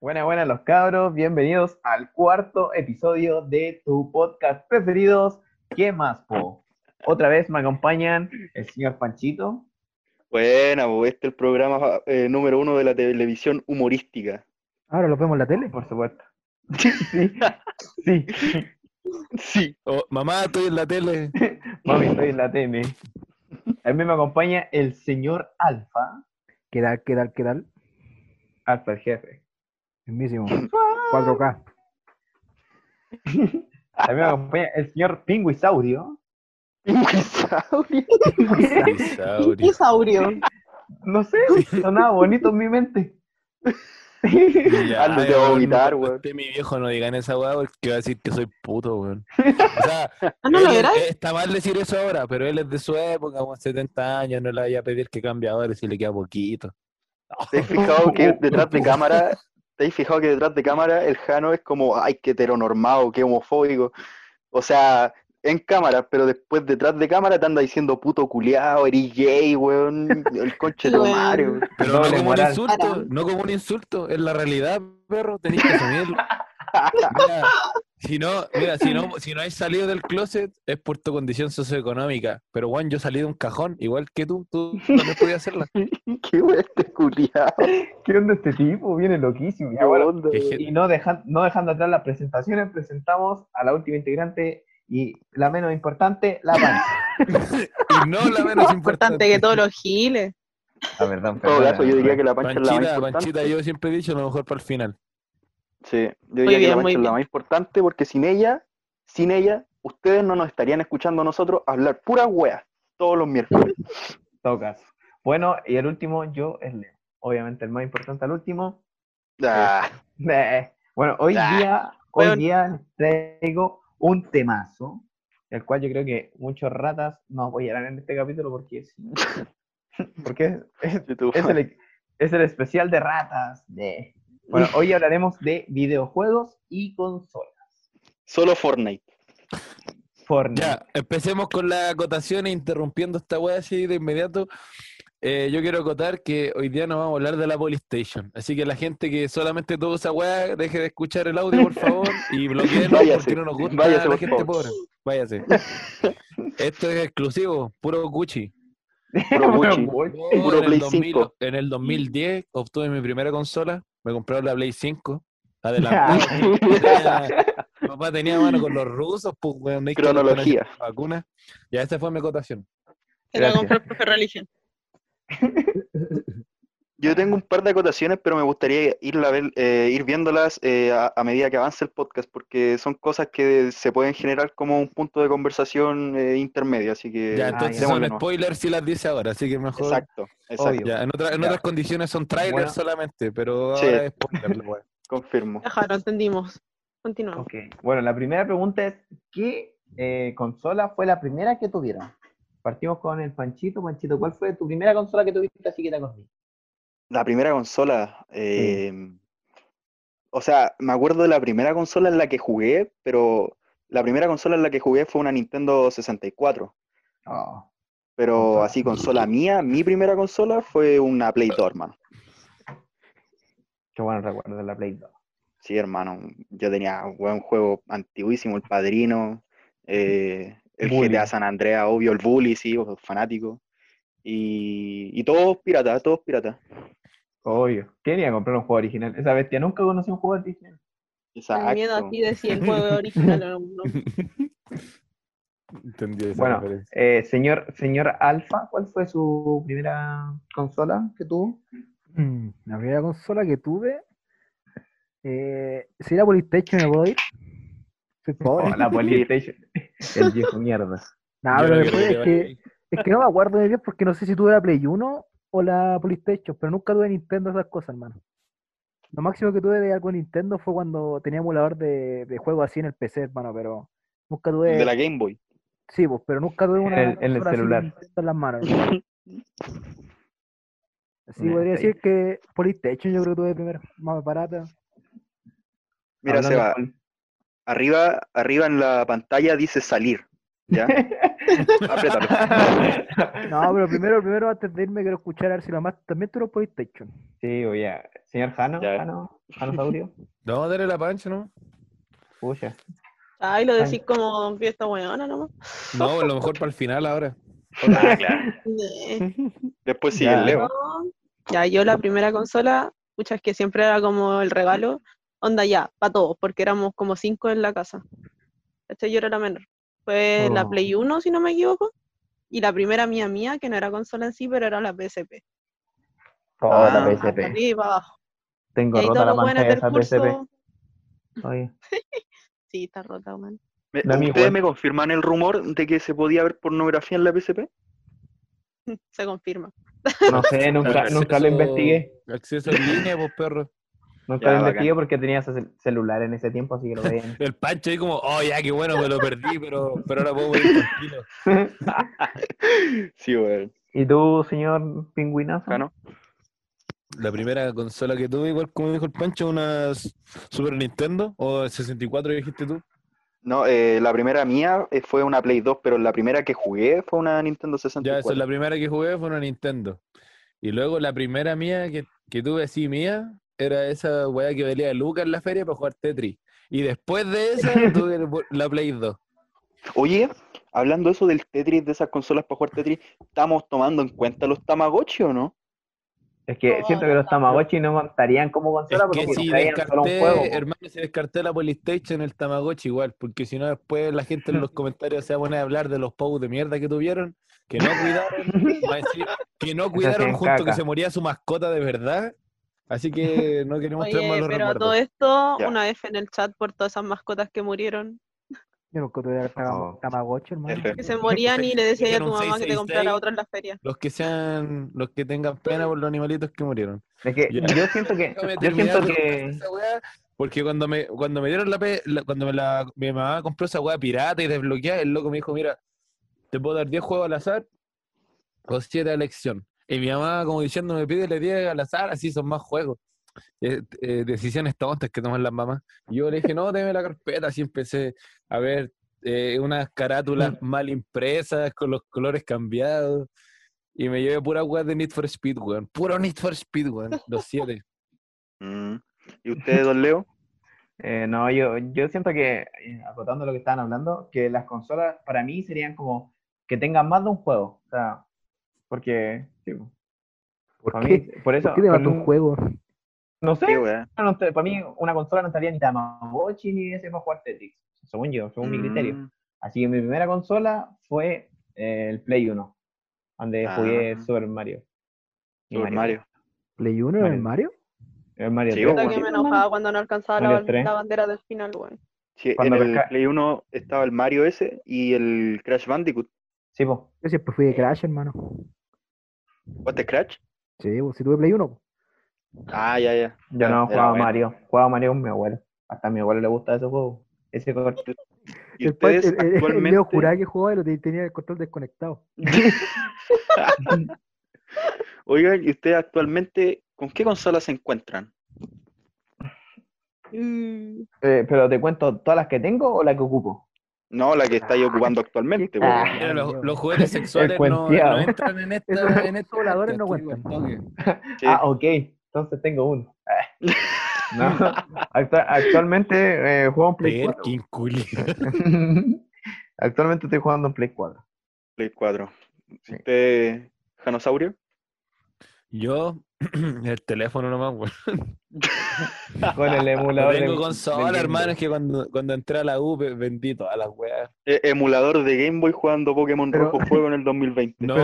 Buenas, buenas los cabros, bienvenidos al cuarto episodio de tu podcast preferidos, ¿Qué más, po? Otra vez me acompañan el señor Panchito. Buena, po, este es el programa eh, número uno de la televisión humorística. Ahora los vemos en la tele. Por supuesto. Sí, sí. Sí. Oh, mamá, estoy en la tele. Mami, estoy en la tele. A mí me acompaña el señor Alfa. ¿Qué tal, qué tal, qué tal? Alfa, el jefe. ¡Ah! Mismísimo. 4K. A mí me acompaña el señor Pingüisaurio. Dinosaurio. Dinosaurio. Dinosaurio. No sé, sonaba bonito en mi mente. Ya, Aldo te ya, va a weón, vomitar, no weón. contesté, Mi viejo no digan esa weá porque va a decir que soy puto, weón. O sea, Ah, no lo él- eh, era. está mal decir eso ahora, pero él es de su época, weón, 70 años, no le vaya a pedir que cambie ahora si le queda poquito. ¿Te has fijado que detrás de cámara, te has fijado que detrás de cámara el Jano es como, ay, qué heteronormado, qué homofóbico? O sea, en cámara, pero después detrás de cámara te anda diciendo puto culiao, eres gay, weón, el conche de tu madre, Weón. weón". Pero no Doble como un moral. insulto, Arán. no como un insulto, es la realidad, perro, tenés que asumirlo. Mira, si no, mira, si no, si no has salido del closet, es por tu condición socioeconómica. Pero Juan, yo salí de un cajón, igual que tú, tú también podías hacerla. Qué weón este culiao, ¿Qué onda este tipo? Viene loquísimo. qué Ya, bueno, onda, Qué weón. gen- Y no, dejan- no dejando atrás las presentaciones, presentamos a la última integrante y la menos importante, la Pancha. Y no la menos Más importante. importante que todos los giles. La verdad, En todo caso, yo diría que la pancha es la más Panchita, importante. Panchita, yo siempre he dicho lo mejor para el final. Sí, yo diría que bien, la muy mancha es la bien. más importante porque sin ella, sin ella, ustedes no nos estarían escuchando a nosotros hablar pura weas todos los miércoles. Tocas. Bueno, y el último, yo, es Leo. Obviamente, el más importante al último. Ah, Eh, Bueno, hoy Ah, día, hoy weón. día les traigo un temazo, el cual yo creo que muchos ratas no apoyarán en este capítulo porque es, porque es, YouTube. es el, e, es el especial de ratas. De... Bueno, hoy hablaremos de videojuegos y consolas. Solo Fortnite. Fortnite. Ya, empecemos con las acotaciones, interrumpiendo esta wea así de inmediato. Eh, yo quiero acotar que hoy día nos vamos a hablar de la Polystation. Así que la gente que solamente tuvo esa wea, deje de escuchar el audio, por favor, y bloqueenlo Váyase, porque no nos gusta váyase, la por gente favor. pobre. Váyase. Esto es exclusivo, puro Gucci. Puro Gucci. Bueno, Yo Puro en, Play el 2000 5. en el 2010 obtuve mi primera consola, me compraron la Play 5, adelantado. Tenía- mi papá tenía mano con los rusos, pues, weón, no hay que hablar con Cronología. esa vacuna. Ya, esa fue mi acotación. Se lo Gracias. compró el profe de religión. Yo tengo un par de acotaciones, pero me gustaría irla a ver- eh, ir viéndolas eh, a, a medida que avance el podcast, porque son cosas que se pueden generar como un punto de conversación eh, intermedio, así que Ya, entonces démosle son nomás. spoilers si las dice ahora, así que mejor. Exacto, exacto, Obvio. Ya, en otra- en Ya. otras condiciones son trailers Bueno. solamente, pero Sí. ahora es spoiler, la weá. confirmo. Ajá, no entendimos. Continuamos. Ok, bueno, la primera pregunta es, ¿qué eh, consola fue la primera que tuvieron? Partimos con el Panchito. Panchito, ¿cuál fue tu primera consola que tuviste así que te acordé? La primera consola. em, o sea, me acuerdo de la primera consola en la que jugué, pero la primera consola en la que jugué fue una Nintendo 64. Oh, Pero así, consola mía, mi primera consola fue una Play 2, hermano. qué bueno recuerdo de la Play 2. Sí, hermano. Yo tenía un juego antiguísimo, el Padrino, eh, el Bully. GTA San Andreas, obvio, el Bully, sí, o- fanático. Y, y todos piratas, todos piratas. Obvio. Quería comprar un juego original. Esa bestia nunca conocí un juego original. El miedo Exacto. así de si el juego es original o no. Entendí esa Bueno, referencia. eh, señor, señor Alfa, ¿cuál fue su primera consola que tuvo? Mm, La primera consola que tuve. Eh, si era PlayStation, me puedo ir. Soy pobre. Oh, la PlayStation. El viejo mierda. Nah, Ah, Yo pero no después quiero es que que, es que no me acuerdo muy bien porque no sé si tuve la Play 1 o la PlayStation, pero nunca tuve Nintendo esas cosas, hermano. Lo máximo que tuve de algo Nintendo fue cuando tenía emulador de, de juego así en el PC, hermano, pero nunca tuve. De la Pues, Game Boy. Sí, pues, pero nunca tuve una el- en el consola así con celular. Nintendo en las manos. Así Ya, podría está bien. decir que PlayStation yo creo que tuve primero, más barata. Mira, Hablando Seba, con- arriba, arriba en la pantalla dice salir. ¿Ya? Apriétalo. No, pero primero, primero antes de irme quiero escuchar a ver si la más también tuvo PlayStation. Sí, oye, señor Jano, Ya. Jano, Jano Saurio. No, dale la pancha, ¿no? Pucha. Ay, lo decís como fiesta weona nomás. No, a lo mejor para el final ahora. Ah, claro. Eh, Después sigue Ya. el Leo. no. Ya, yo la primera consola, muchas que siempre era como el regalo, onda ya, para todos, porque éramos como cinco en la casa. Este yo era la menor. Fue la Oh. Play 1, si no me equivoco, y la primera mía mía, que no era consola en sí, pero era la PSP. Oh, Ah, la Hasta PSP. arriba, abajo. Y Tengo ahí rota todos la los buenos pantalla de del esa curso... PSP. Oye. Sí, está rota, weón. Me- No, mi ¿Ustedes igual. me confirman el rumor de que se podía ver pornografía en la PSP? Se confirma. No sé, nunca, nunca lo Acceso- investigué. Acceso en línea, pues, perro. Nunca Ya, lo bacán. investigué porque tenía cel- celular en ese tiempo, así que lo veía. El pancho ahí como, oh, ya, qué bueno, me lo perdí, pero, pero ahora puedo ir tranquilo. Sí, weón. ¿Y tú, señor pingüinazo? Jano. La primera consola que tuve, igual como dijo el Pancho, una s- Super Nintendo o 64, dijiste tú. No, eh, la primera mía eh, fue una Play 2, pero la primera que jugué fue una Nintendo Ya, esa 64. es la primera que jugué, fue una Nintendo. Y luego la primera mía que, que tuve así mía era esa weá que valía Lucas en la feria para jugar Tetris. Y después de esa tuve el bu- la Play 2. Oye, hablando eso del Tetris, de esas consolas para jugar Tetris, ¿estamos tomando en cuenta los Tamagotchi o no? Es que No, siento que no los está. Tamagotchi no contarían como Es consola porque que si traían solo un descarté, juego. hermano, si descarté la PlayStation, el Tamagotchi igual, porque si no después la gente en los comentarios se va a poner a hablar de los pavos de mierda que tuvieron, que no cuidaron, va a decir que no cuidaron hacían junto que caca. se moría su mascota de verdad. Así que no queremos traer Oye, malos pero a todo recuerdos. esto, Ya. una F en el chat por todas esas mascotas que murieron, Yo nunca tuve el Tama- Oh. Tamagotchi, hermano. F. que se morían y le decía yo a tu Dijeron mamá que te 666. comprara otra en la feria. Los que sean, los que tengan pena por los animalitos que murieron. Es que Ya. yo siento que, Déjame yo terminar siento de contar que, esa weá, Porque cuando me, cuando me dieron la, pe- la- cuando me la, mi mamá compró esa weá pirata y desbloqueada, el loco me dijo, mira, te puedo dar 10 juegos al azar o 7 a elección. Y mi mamá como diciéndome, pídele 10 al azar, así son más juegos. Eh, eh, decisiones tontas que toman las mamás. Y yo le dije, no, deme la carpeta, así empecé a ver eh, unas carátulas mal impresas, con los colores cambiados. Y me llevé pura weá de Need for Speed, weón. Puro Need for Speed, weón. Los 7. Mm. ¿Y ustedes, don Leo? eh, no, yo, yo siento que, eh, acotando lo que estaban hablando, que las consolas para mí serían como que tengan más de un juego. O sea, porque, sí, ¿Por para qué? mí, por eso, ¿Por qué te por mató un juego? no Sí, sé, weón. no, no, para mí una consola no estaría ni Tamagotchi ni ese para jugar Tetris, según yo, según mi criterio. Mm. Así que mi primera consola fue eh, el Play 1, donde jugué Ah. Super Mario. Y Super Mario. ¿Play 1 en el Mario? El Mario Sí, 3. La bueno. que me enojaba cuando no alcanzaba la, Mario ban- tres. la bandera del final, weón. Sí, en Cuando el pesca- Play 1 estaba el Mario ese y el Crash Bandicoot. Sí, po. Yo siempre Eh. fui de Crash, hermano. ¿What the Crash? Sí, pues, si tuve Play 1. Ah, ya, ya. Yo no Era jugaba bueno. Mario, jugaba Mario con mi abuelo. Hasta a mi abuelo le gusta ese juego. Ese juego. ¿Y el, pa- ustedes el- el- el actualmente? Leo juraba que jugaba y lo te- tenía el control desconectado. Oigan, ¿y ustedes actualmente con qué consola se encuentran? Mm, Eh, pero te cuento todas las que tengo o las que ocupo. No, la que Ah, estáis ocupando actualmente. po, Ah. Mira, Ay, los, Dios. los juguetes sexuales no, cuenteado. no entran en esta. Esos- en esos voladores no podcast, cuentan. tío, al toque. weón. Sí. Ah, oh. ok. Entonces tengo uno. Ah. No. actua- actualmente eh, juego en Play 4. Perkin, culi. actualmente estoy jugando en Play 4. Play 4. Sí. ¿Usted, Janosaurio? Yo, el teléfono nomás, weón. Con el No emulador. tengo del- consola, del Game hermano. Es Boy. que cuando, cuando entré a la U, be- vendí todas las weas. E- emulador de Game Boy jugando Pokémon Pero- Rojo Fuego en el 2020. No,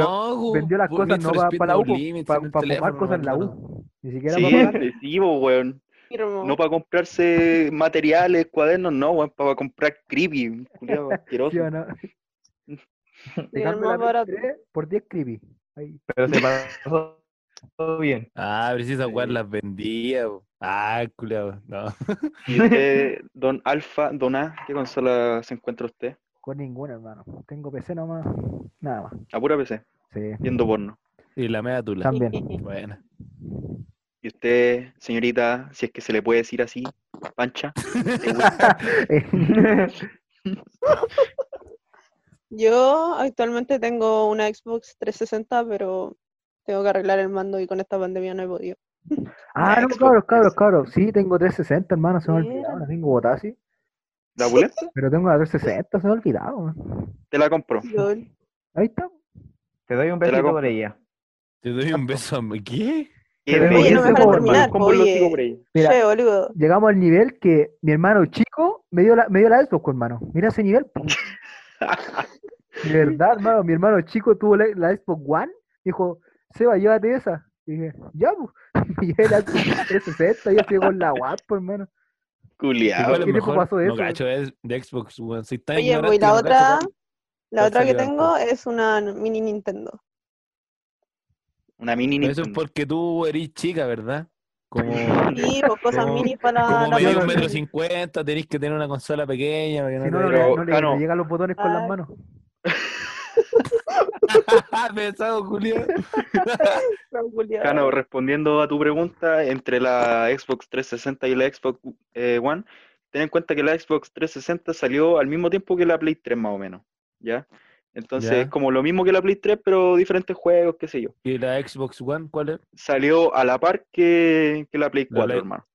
weón, Vendió las por cosas Need no for para Speed la U, No Limits en para el fumar teléfono, cosas en la hermano. U. Ni siquiera Sí, para pagar. sí, po, weón. firmo. No para comprarse materiales, cuadernos, no, weón, para comprar creepy, culiao asqueroso. ¿sí o no? Te el cambio la más barato. Play 3 por 10 creepy. Ahí. Pero se pasó todo bien. Ah, pero si esas weas las vendía. po. Ah, culiao. No. ¿Y usted, don Alfa, don A, qué consola se encuentra usted? Con ninguna, hermano. Tengo PC nomás. Nada más. A pura PC, Sí. viendo porno. Y la media tula. También. Bueno. ¿Y usted, señorita, si es que se le puede decir así, pancha? Eh, Yo actualmente tengo una Xbox 360, pero tengo que arreglar el mando y con esta pandemia no he podido. Ah, no, Xbox cabros, cabros, cabros. Sí, tengo 360, hermano, se me ha Mira. olvidado. La tengo botada, sí. ¿La boleta? Pero tengo la 360, se me ha olvidado. man. Te la compro. Lol. Ahí está. Te doy un Te la besito compro. por ella. Te doy un beso. a- ¿Qué? Qué Pero belleza, no me dejan po, terminar, hermano. ¿Cómo oye. lo digo por ahí? Mira. Che, boludo. Llegamos al nivel que mi hermano chico me dio la, me dio la Xbox, pues, hermano. Mira ese nivel. po. De verdad, hermano, mi hermano chico tuvo la, la Xbox One. Dijo, Seba, llévate esa. Y dije, ya, pues. Me llevé la Xbox 360 y yo estoy con la One, po, hermano. Culeado. Igual- ¿Qué tiempo pasó de no eso, güey? cacho es de Xbox, weón. Si está Oye, ignorante, pues y la no otra, cacho, la cuál otra que salió tengo es una mini Nintendo. Una mini cuál. Eso es Nintendo. porque tú eres chica, ¿verdad? Como, Y pues cosas Como- mini para como medio la Ah, no, un no, metro pandemia. cincuenta, tenés que tener una consola pequeña. para que no Si no, no, te- le- Pero, no le, Cano. le llegan los botones con las Ah. manos. Ah, Pesado, Julio. Cano, respondiendo a tu pregunta, entre la Xbox 360 y la Xbox eh, One, ten en cuenta que la Xbox 360 salió al mismo tiempo que la Play 3 más o menos, ¿ya? Entonces, Ya. es como lo mismo que la Play 3, pero diferentes juegos, qué sé yo. ¿Y la Xbox One cuál es? Salió a la par que, que la Play La 4, Play- hermano.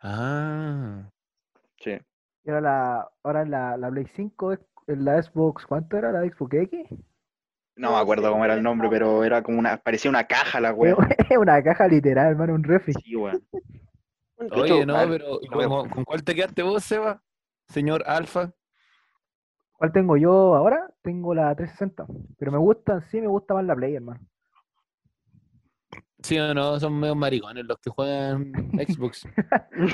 Ah. Sí. Y ahora la, ahora la, la Play 5, es- la Xbox, ¿cuánto era? ¿La Xbox X? No me acuerdo cómo era el nombre, pero era como una, parecía una caja la Es wea. es una caja literal, hermano, un refri. Sí, weón. Oye, Oye, hecho, no, al- pero ¿y lo voy a ¿con, con cuál te quedaste vos, Seba? Señor Alfa. ¿Cuál tengo yo ahora? Tengo la 360. Pero me gusta, sí, me gusta más la Play, hermano. Sí o no, son medio maricones los que juegan Xbox.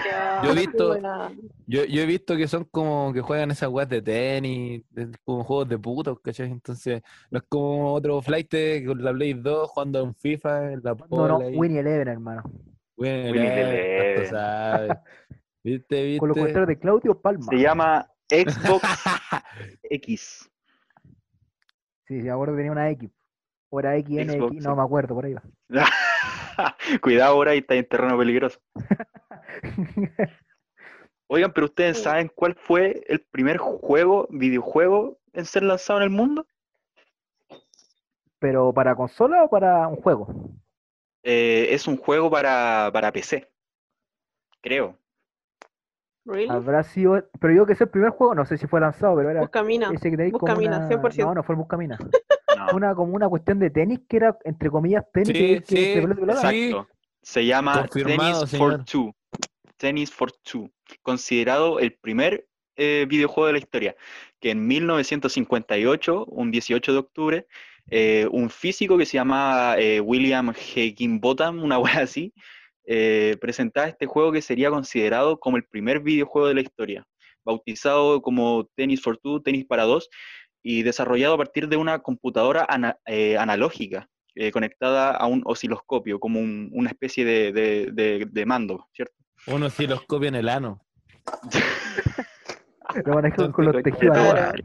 Ya, Yo he no visto- tuve nada. Yo, yo he visto que son como que juegan esas weas de tenis, de- como juegos de putos, ¿cachai? Entonces, no es como otro flight con la Play 2 jugando en FIFA, en la No, pola no, ahí. Winnie Eleven, hermano. Winnie Winnie Eleven, tanto Eleven. sabe. ¿Viste, viste? Con los comentarios de Claudio Palma. Se llama Xbox X. Sí, sí, me acuerdo que tenía una X. O era XN, Xbox, no sí. me acuerdo, por ahí va. Cuidado ahora y está en terreno peligroso. Oigan, pero ustedes Sí. saben cuál fue el primer juego, videojuego en ser lanzado en el mundo? Pero para consola o para un juego? Eh, es un juego para, para PC, creo. Ah, Really? Pues Habrá sido. Pero yo que sé, el primer juego, no sé si fue lanzado, pero era. Buscamina. Ese que tenéis como Buscamina, una... 100%. No, no fue el Buscamina. No, Una, como una cuestión de tenis que era, entre comillas, tenis. Sí, que- que sí, de pelota, pelota. exacto. exacto. Se llama Confirmado, Tennis señor. for Two. Tennis for Two, considerado el primer eh, videojuego de la historia, que en 1958, un 18 de octubre, eh, un físico que se llama eh, William Higginbotham, una wea así, eh, presentaba este juego que sería considerado como el primer videojuego de la historia, bautizado como Tennis for Two, Tennis para dos, y desarrollado a partir de una computadora ana- eh, analógica eh, conectada a un osciloscopio, como un- una especie de, de- de- de mando, ¿cierto? Uno sí los copia en el ano. Ah, Lo manejaban con los Concha tu tejidos. Claro. ¿no? madre.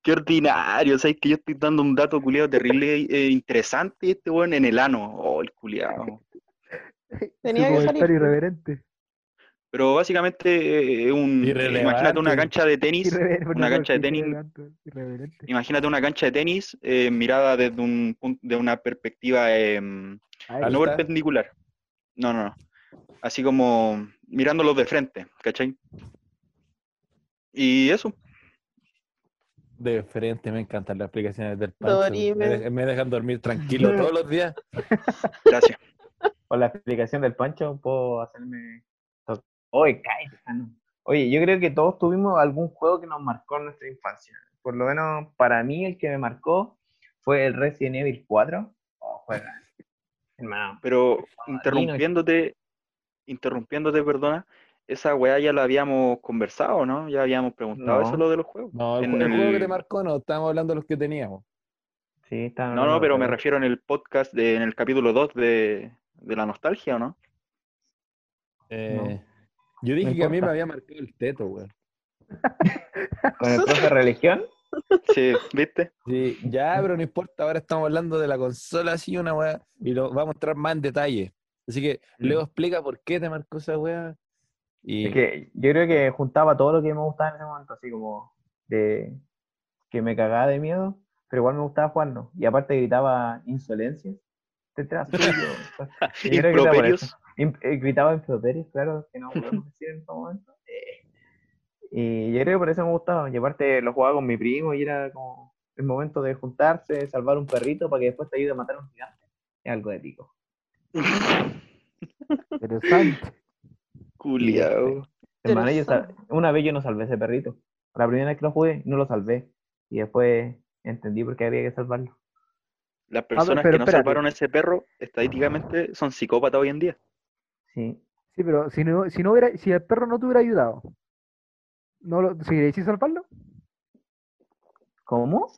Qué ordinario, ¿sabes? Que yo estoy dando un dato culiado terrible e interesante y este weón en el ano. Oh, el culiado. Tenía Su que salir, comentario pues. irreverente. Pero básicamente eh, es un. Irrelevante. Imagínate una cancha de tenis. Irrever- Una no, cancha de sí, tenis. irreverente, Irreverente. Imagínate una cancha de tenis eh, mirada desde un pun- de una perspectiva em, Ay, Alta. no perpendicular. No, no, no. Así como mirándolos de frente, ¿cachai? Y eso. De frente, me encantan las aplicaciones del Pancho. Me, Dorime. de- me dejan dormir tranquilo todos los días. Gracias. Por la explicación del Pancho puedo hacerme... to- Oye, cállate, Jano. Oye, yo creo que todos tuvimos algún juego que nos marcó en nuestra infancia. Por lo menos para mí el que me marcó fue el Resident Evil 4. Oh, juega. Hermano. Pero Marino. interrumpiéndote, interrumpiéndote, perdona, esa weá ya la habíamos conversado, ¿no? Ya habíamos preguntado No. eso lo de los juegos. No, el, En jue- el juego que te el- marcó no, estábamos hablando de los que teníamos. Sí, está No, no, pero me refiero en el podcast, de- en el capítulo 2 de, de la nostalgia, ¿o no? Eh, Yo dije No que a mí me importa. había marcado el teto, güey. ¿Con el profe de religión? Sí, ¿viste? Sí, ya, pero no importa, ahora estamos hablando de la consola así, una weá, y lo va a mostrar más en detalle. Así que Leo explica por qué te marcó esa weá. Y Es que yo creo que juntaba todo lo que me gustaba en ese momento, así como de que me cagaba de miedo, pero igual me gustaba jugarlo. Y aparte gritaba insolencias. Detrás tuyo. Yo creo que era por Improperios. eso. Im- eh, gritaba improperios, claro, que no podemos decir en todo momento. Eh, Y yo creo que por eso me gustaba. Y aparte lo jugaba con mi primo y era como el momento de juntarse, salvar un perrito para que después te ayude a matar a un gigante. Es algo épico. Interesante. Culiao. Hermano, yo Interesante. sal- una vez yo no salvé ese perrito. La primera vez que lo jugué, no lo salvé. Y después entendí por qué había que salvarlo. Las personas pero que no espérate. salvaron a ese perro, estadísticamente, son psicópatas hoy en día. Sí. Sí, pero si no, si no hubiera, si el perro no te hubiera ayudado, ¿no lo, seguirías sin salvarlo? ¿Cómo?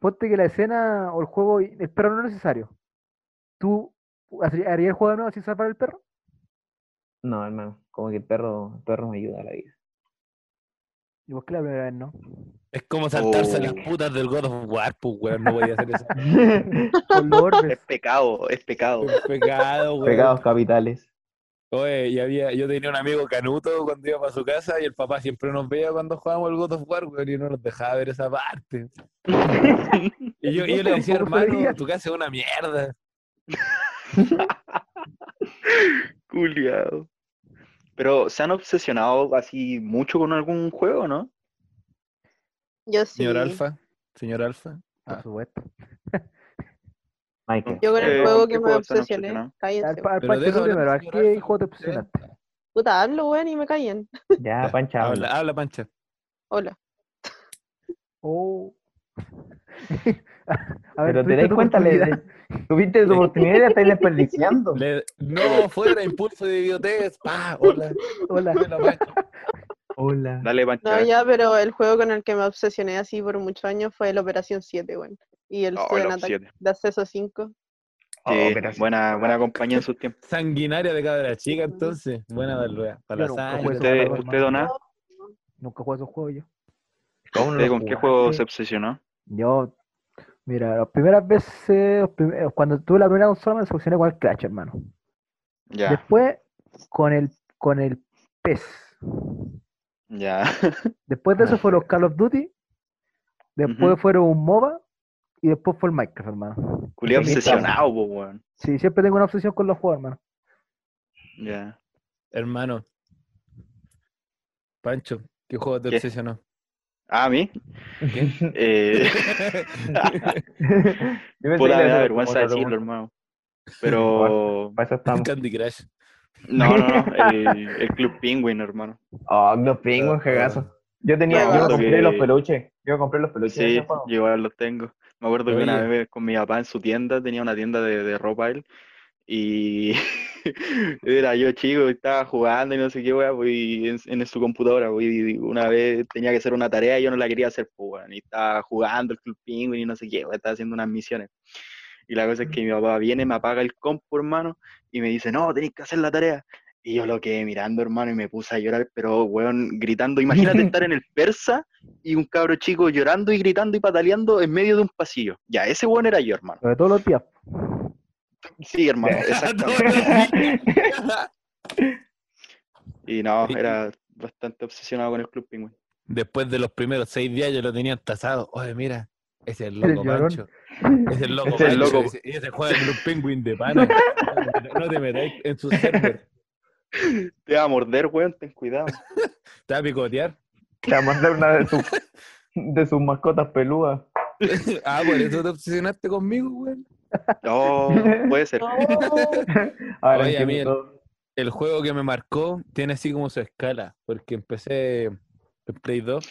Ponte que la escena o el juego, y- el perro no es necesario. ¿Tú hacer- harías el juego de nuevo sin salvar al perro? No, hermano, como que el perro, el perro me ayuda a la vida. Y vos que la primera vez no. Es como saltarse Oh. las putas del God of War, pues, weón. No podía hacer eso. Con los Es orbes. pecado, es pecado. Es pecado, weón. Pecados capitales. Oye, y había, yo tenía un amigo canuto cuando iba para su casa y el papá siempre nos veía cuando jugábamos el God of War, weón, y no nos dejaba ver esa parte. y yo, y yo le decía, Tampoco se veía. hermano, tu casa es una mierda. Culiao. Pero se han obsesionado así mucho con algún juego, ¿no? Yo sí. Señor Alfa, señor Alfa. Por supuesto. Michael. Yo con el Eh, juego ¿con que qué me juegos están obsesioné. obsesionados? Cállense. Al, pa- al Pero Pancho, deja tú hablar, primero, ¿a señor qué Alfa, juego te usted. obsesionaste? Puta, hablo, weón, y me callan. Ya, pancha. Habla, habla. habla, Pancha. Hola. Oh. a Pero te tuviste das tu cuenta, le- oportunidad. le- tuviste tu oportunidad y la estáis desperdiciando. Le- no, fuera, impulso de videotest. Pa, hola. Hola. Hola, Pancha. Hola. Dale, Pancho. No, ya, pero el juego con el que me obsesioné así por muchos años fue el Operación 7, weón. Y el Oh, Student la Attack siete. de Acceso 5. Oh, Sí, gracias. buena, buena compañía en sus tiempos. Sanguinaria de cada la chica, entonces. Buena barluga. Para Yo la nunca sangre. jugué Pues esos ¿Usted, juegos, usted hermano. Doná, Nunca jugué a esos juegos yo. ¿Cómo no ¿usted lo con qué jugaste? juego se obsesionó? Yo, mira, las primeras veces, los primeros- cuando tuve la primera consola me obsesioné con el Crash, hermano. Ya, Después con el con el PES. ya. Después de eso fueron los Call of Duty. Después Ujú. fueron un MOBA y después fue el Minecraft, hermano. Culiao Sí, obsesionado, po, weón. Sí, siempre tengo una obsesión con los juegos, hermano. Ya. Hermano. Pancho, ¿qué juego te ¿Qué? obsesionó? Ah, ¿A mí? Eh, Yo pensé que le puta, me da hacía vergüenza otra decirlo, pregunta. hermano. Pero... Para eso estamos. Candy Crush. No, no, no. El, el Club Penguin, hermano. Oh, los Ah, pingües, cagazos. Yo tenía, yo Recuerdo compré que- los peluches. Yo compré los peluches. de Sí, ese juego. yo igual los tengo. Me acuerdo que una Oye. vez con mi papá en su tienda, tenía una tienda de, de ropa él, y era yo chico, estaba jugando y no sé qué, weá, pues, y en, en su computadora, pues, y una vez tenía que hacer una tarea y yo no la quería hacer, pues, weón, y estaba jugando el Club Penguin y no sé qué, weá, estaba haciendo unas misiones. Y la cosa es que mi papá viene, me apaga el compu, hermano, y me dice, no, tenéis que hacer la tarea. Y yo lo quedé mirando, hermano, y me puse a llorar, pero, weón, gritando. Imagínate estar en el persa y un cabro chico llorando y gritando y pataleando en medio de un pasillo. Ya, ese weón era yo, hermano. Lo de todos los días. Sí, hermano, exactamente. Y no, era bastante obsesionado con el Club Penguin. Después de los primeros seis días yo lo tenían tasado. Oye, mira, ese es el El loco llorón. Pancho. Es el loco Ese es el Pancho, loco. Ese, ese juega el Blue Penguin de pana. No te metáis en su server. Te va a morder, weón, ten cuidado. Te va a picotear. Te va a mandar una de sus, de sus mascotas peludas. Ah, por eso te obsesionaste conmigo, güey. No, puede ser. Oh, Ahora Oye, entiendo Miguel. todo. El juego que me marcó tiene así como su escala. Porque empecé en Play 2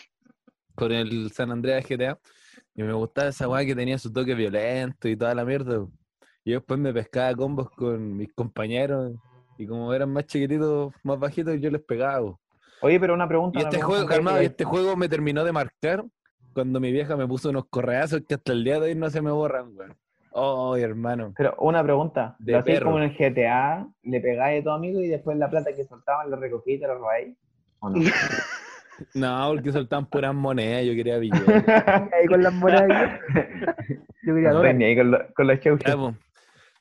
con el San Andreas GTA. Y me gustaba esa weá que tenía su toque violento y toda la mierda. po. Y yo después me pescaba combos con mis compañeros. Y como eran más chiquititos, más bajitos, yo les pegaba. po. Oye, pero una pregunta. Y una este pregunta juego, que- calmado, y este juego me terminó de marcar cuando mi vieja me puso unos correazos que hasta el día de hoy no se me borran, weón. Oh, hermano. Pero una pregunta. De ¿Lo hacéis perro. como en el GTA? ¿Le pegáis a tu amigo y después la plata que soltaban la recogí y te la robáis? ¿O no? No, porque soltaban puras monedas, yo quería billetes. Ahí con las monedas. Yo quería No dólares. tenía ahí con, lo- con los chauchos.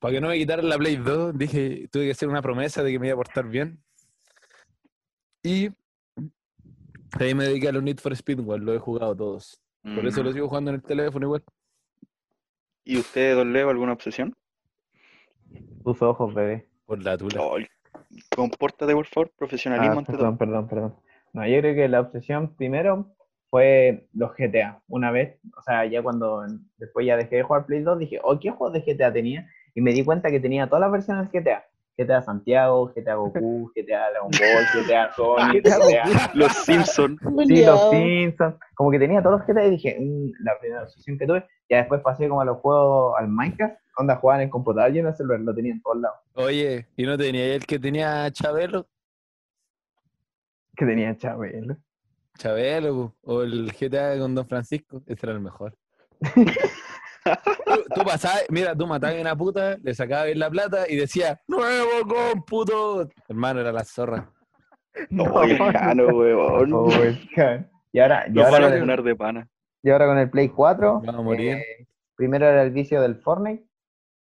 Para que no me quitaran la Play 2, dije, tuve que hacer una promesa de que me iba a portar bien. Y ahí me dediqué a los Need for Speed, weón, lo he jugado todos. Por eso lo sigo jugando en el teléfono igual. Mm. ¿Y usted, don Leo, alguna obsesión? Tus ojos, bebé. Por la tula. Ay, compórtate, por favor, profesionalismo Ah, ante todo. perdón, perdón, perdón. No, yo creo que la obsesión primero fue los GTA. Una vez, o sea, ya cuando después ya dejé de jugar Play 2, dije, oh, ¿qué juegos de GTA tenía? Y me di cuenta que tenía todas las versiones de GTA. GTA Santiago, GTA Goku, GTA Dragon Ball, GTA Sonic, GTA... Los Simpsons. Sí, los Simpsons. Como que tenía todos los GTA y dije, "Mm, la primera obsesión que tuve. Ya después pasé como a los juegos, al Minecraft, onda jugaban en el computador y en el celular, lo tenía en todos lados. Oye, ¿y no tenía el que tenía Chabelo? Que tenía Chabelo. Chabelo, po, o el GTA con Don Francisco, ese era el mejor. tú, tú pasabas, mira, tú matabas a una puta, le sacabas bien la plata y decías, ¡Nuevo cómputo! Hermano, era la zorra. No, el Jano, weón. Oh, el Jano. y ahora, y Nos van ahora a funar de pana. Y ahora con el Play 4, Vamos a morir. eh, primero era el vicio del Fortnite,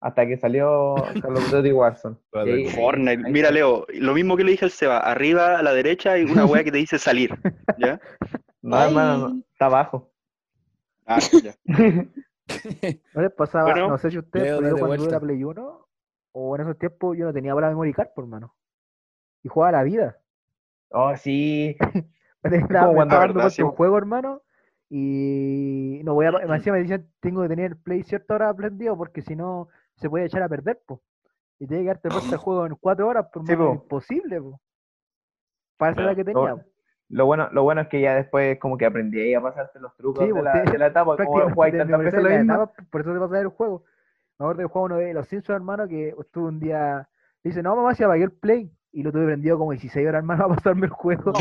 hasta que salió Call of Duty Warzone. Vale. Y ahí- Fortnite. Mira, Leo, lo mismo que le dije al Seba, arriba a la derecha hay una weá que te dice salir. ¿Ya? No, hermano, no, está abajo. Ah, ya. ¿No les pasaba? Bueno, no sé si ustedes, Leo, pero yo date cuando tuve la vuelta. Play 1, o en esos tiempos, yo no tenía para memory card, por mano. Y jugaba la vida. Oh, sí. Me estaba, cuando- me estaba dando verdad, vuelta sí, un po. juego, hermano, y no voy a... Me decían, me decían, tengo que tener el Play cierta hora prendido, porque si no, se puede echar a perder, po. Y tiene que darte vuelta el juego en cuatro horas, por Sí, mano, po. imposible, po. Para esa edad que Lo- tenía, Lo bueno, lo bueno es que ya después como que aprendí ahí a pasarte los trucos Sí, de, pues, la, sí. de la etapa, como prácticamente jugáis te tantas veces lo memorizas la mismo. etapa, por eso te pasa el juego. Me acuerdo del juego uno de los Simpsons, hermano, que estuve un día. Dice, no, mamá, se apagué el play. Y lo tuve prendido como 16 horas, hermano, a pasarme el juego.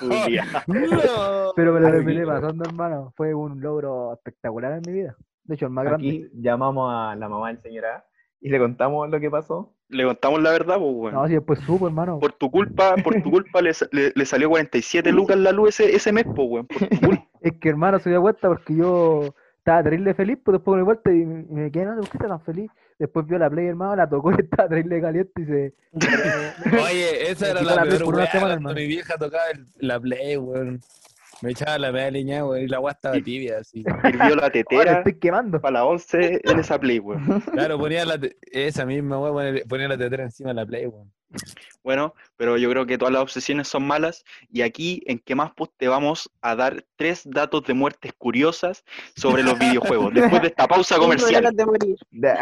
Julia. No. Pero me lo Ay, terminé mira. pasando, hermano. Fue un logro espectacular en mi vida. De hecho, el más grande. Aquí llamamos a la mamá del señor A y le contamos lo que pasó. Le contamos la verdad, pues, weón. No, si después supo, hermano. Por tu culpa, por tu culpa le, sa- le- le salió 47 lucas la luz ese, ese mes, po, weón. Por tu culpa. Es que, hermano, se dio vuelta porque yo estaba terrible feliz, pues después me di vuelta y me y me quedé, no, ¿por qué estás tan feliz? Después vio la play, hermano, la tocó y estaba terrible caliente y se. Oye, esa Me era quitó la, la Play peor por una weá, semana, cuando hermano. mi vieja tocaba el- la play, weón. Me echaba la media leña, weón, y la weá estaba tibia, así. Hirvió la Ahora tetera estoy quemando. para la 11 en esa play, weón. Claro, ponía la te- esa misma weá, ponía- ponía la tetera encima de la play, weón. Bueno, pero yo creo que todas las obsesiones son malas. Y aquí en qué más Post te vamos a dar tres datos de muertes curiosas sobre los videojuegos. Después de esta pausa comercial. de morir.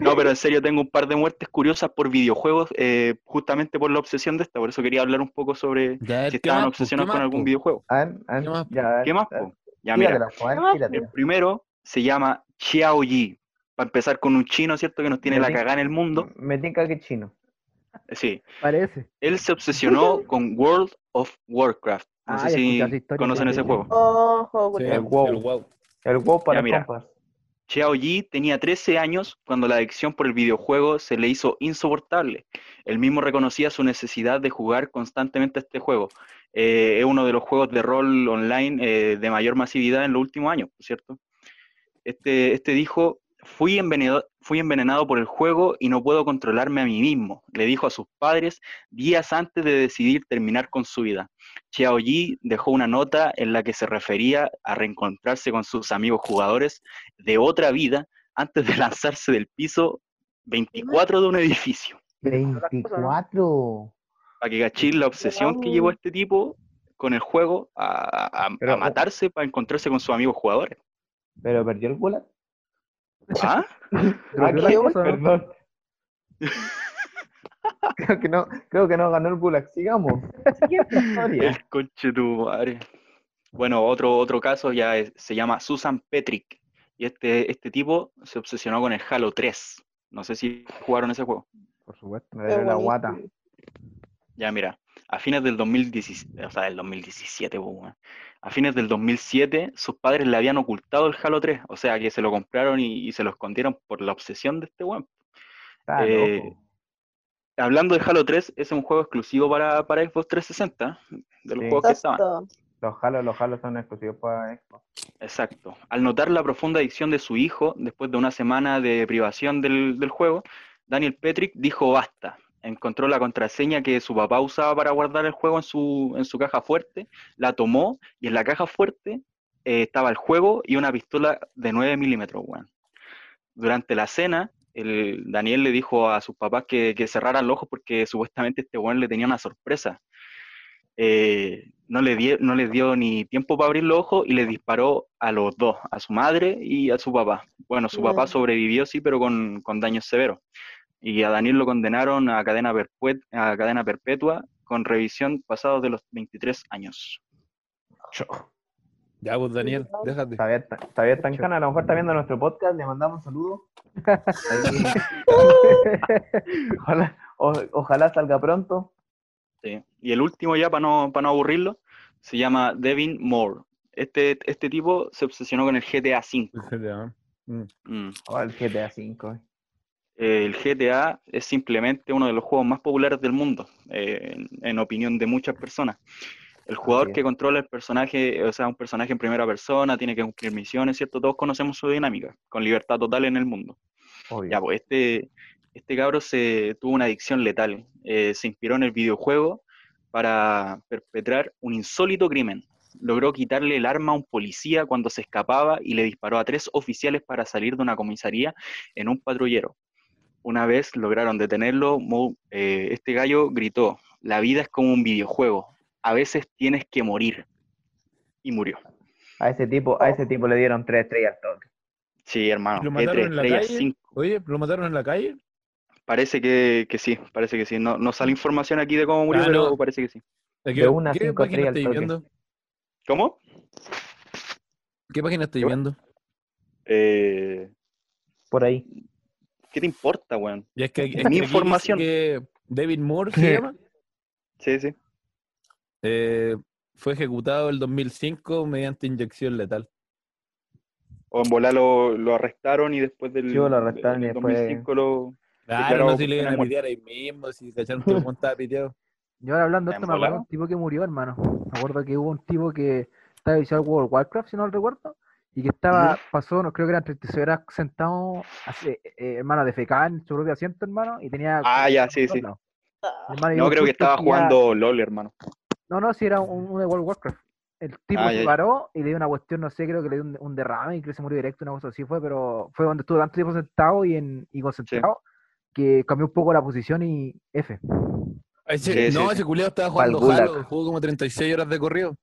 No, pero en serio tengo un par de muertes curiosas por videojuegos, eh, justamente por la obsesión de esta. Por eso quería hablar un poco sobre Ya, si ¿qué estaban más, po? ¿Qué obsesionados con más, pues? algún po? videojuego. A ver, a ver, ¿Qué más? ya, a ver, ¿Qué más, a ver. po? Ya, mira. Tíratela, Juan, ¿Qué más, tíratela. El primero se llama Xiao Yi. Para empezar con un chino, ¿cierto? Que nos tiene la Ujú. cagada en el mundo. Me tinca que es chino. Sí. Parece. Él se obsesionó con World of Warcraft. No Ah, sé ya si escuché esa historia, conocen sí, ese sí. juego. Oh, juego Sí, culiao. El WoW. el WoW. El WoW para mira. compas. Xiao Yi tenía 13 años cuando la adicción por el videojuego se le hizo insoportable. Él mismo reconocía su necesidad de jugar constantemente este juego. Eh, es uno de los juegos de rol online eh, de mayor masividad en los últimos años, ¿cierto? Este, este dijo, fui envenenado, fui envenenado por el juego y no puedo controlarme a mí mismo, le dijo a sus padres días antes de decidir terminar con su vida. Xiao Yi dejó una nota en la que se refería a reencontrarse con sus amigos jugadores de otra vida antes de lanzarse del piso 24 de un edificio. Para que cachis la obsesión que llevó este tipo con el juego a, a- a Pero- matarse para encontrarse con sus amigos jugadores. Pero perdió el gulag. ¿Ah? Pero Ah, vio las qué cosas, ¿no? Perdón. creo que no, creo que no ganó el Gulag. Sigamos. Siguiente historia. El conche tu madre. Bueno, otro, otro caso ya es- se llama Susan Petrick. Y este, este tipo se obsesionó con el Halo 3. No sé si jugaron ese juego. Por supuesto. Me duele la guata. Ya, mira, a fines del 2017, o sea, del 2017, po, weón. a fines del 2007, sus padres le habían ocultado el Halo 3, o sea, que se lo compraron y, y se lo escondieron por la obsesión de este weón. Está Eh, loco. Hablando de Halo 3, es un juego exclusivo para, para Xbox 360, de los Sí. juegos que estaban. Los jalos, los jalos son exclusivos para Xbox. Exacto. Al notar la profunda adicción de su hijo, después de una semana de privación del, del juego, Daniel Petrick dijo basta. encontró la contraseña que su papá usaba para guardar el juego en su, en su caja fuerte, la tomó y en la caja fuerte eh, estaba el juego y una pistola de 9 milímetros, weón. Durante la cena, el, Daniel le dijo a sus papás que, que cerraran los ojos porque supuestamente este weón le tenía una sorpresa. Eh, no, le die- no les dio ni tiempo para abrir los ojos y les disparó a los dos, a su madre y a su papá. Bueno, su papá Bueno. sobrevivió, sí, pero con, con daños severos. Y a Daniel lo condenaron a cadena, perpue- a cadena perpetua con revisión pasados de los 23 años. Ya, pues Daniel, déjate. Todavía está, todavía está en cana, a lo mejor está viendo nuestro podcast, le mandamos un saludo. Ahí- ojalá, o- ojalá salga pronto. Sí. Y el último ya, para no, para no aburrirlo, se llama Devin Moore. Este, este tipo se obsesionó con el GTA V. Mm. Oh, el GTA V. eh. Eh, El GTA es simplemente uno de los juegos más populares del mundo, eh, en, en opinión de muchas personas. El jugador es. que controla el personaje, o sea, un personaje en primera persona, tiene que cumplir misiones, ¿cierto? Todos conocemos su dinámica, con libertad total en el mundo. Obvio. Ya, pues este, este cabro se tuvo una adicción letal. eh, se inspiró en el videojuego para perpetrar un insólito crimen. Logró quitarle el arma a un policía cuando se escapaba y le disparó a tres oficiales para salir de una comisaría en un patrullero. Una vez lograron detenerlo, Mo- eh, este gallo gritó, la vida es como un videojuego, a veces tienes que morir. Y murió. A ese tipo, a ese tipo le dieron tres estrellas al toque. Sí, hermano. ¿Lo E3, mataron en la estrellas, calle? cinco. Oye, ¿lo mataron en la calle? Parece que, que sí, parece que sí. No, no Mm. sale información aquí de cómo murió, Ah, pero no. parece que sí. ¿De De una a ¿Qué cinco estrellas página al estáis toque. viendo? ¿Cómo? ¿Qué página estáis Yo- viendo? Eh, Por ahí. ¿Qué te importa, weón? Ya es que, es que Mi aquí información. dice que David Moore se ¿Qué? llama. Sí, sí. eh, fue ejecutado el 2005 mediante inyección letal. O en volar lo, lo arrestaron y después del, Sí, o lo arrestaron y del después- 2005 lo... Claro, Declarado no sé si le iban a culpable pitear ahí mismo, si cacharon que el weón estaba piteado. Yo ahora hablando de ¿En esto, me acuerdo de volado? un tipo que murió, hermano. Me acuerdo que hubo un tipo que estaba viciado al World of Warcraft, si no lo recuerdo, y que estaba, pasó, no creo que eran 36 horas sentado, así, eh, eh, hermano, defecado en su propio asiento, hermano, y tenía. Ah, ya, sí, todos sí. lados. Hermano, y No, un creo que susto estaba ya- jugando LOL, hermano. No, no, si era un, un de World of Warcraft. El tipo Ah, se ya, ya. paró y le dio una cuestión, no sé, creo que le dio un, un derrame y creo que se murió directo, una cosa así fue, pero fue donde estuvo tanto tiempo sentado y, en, y concentrado que cambió un poco la posición y F. Ese- Sí, no, sí, ese culiao estaba jugando Pal Halo, Gulag. jugó como 36 horas de corrido.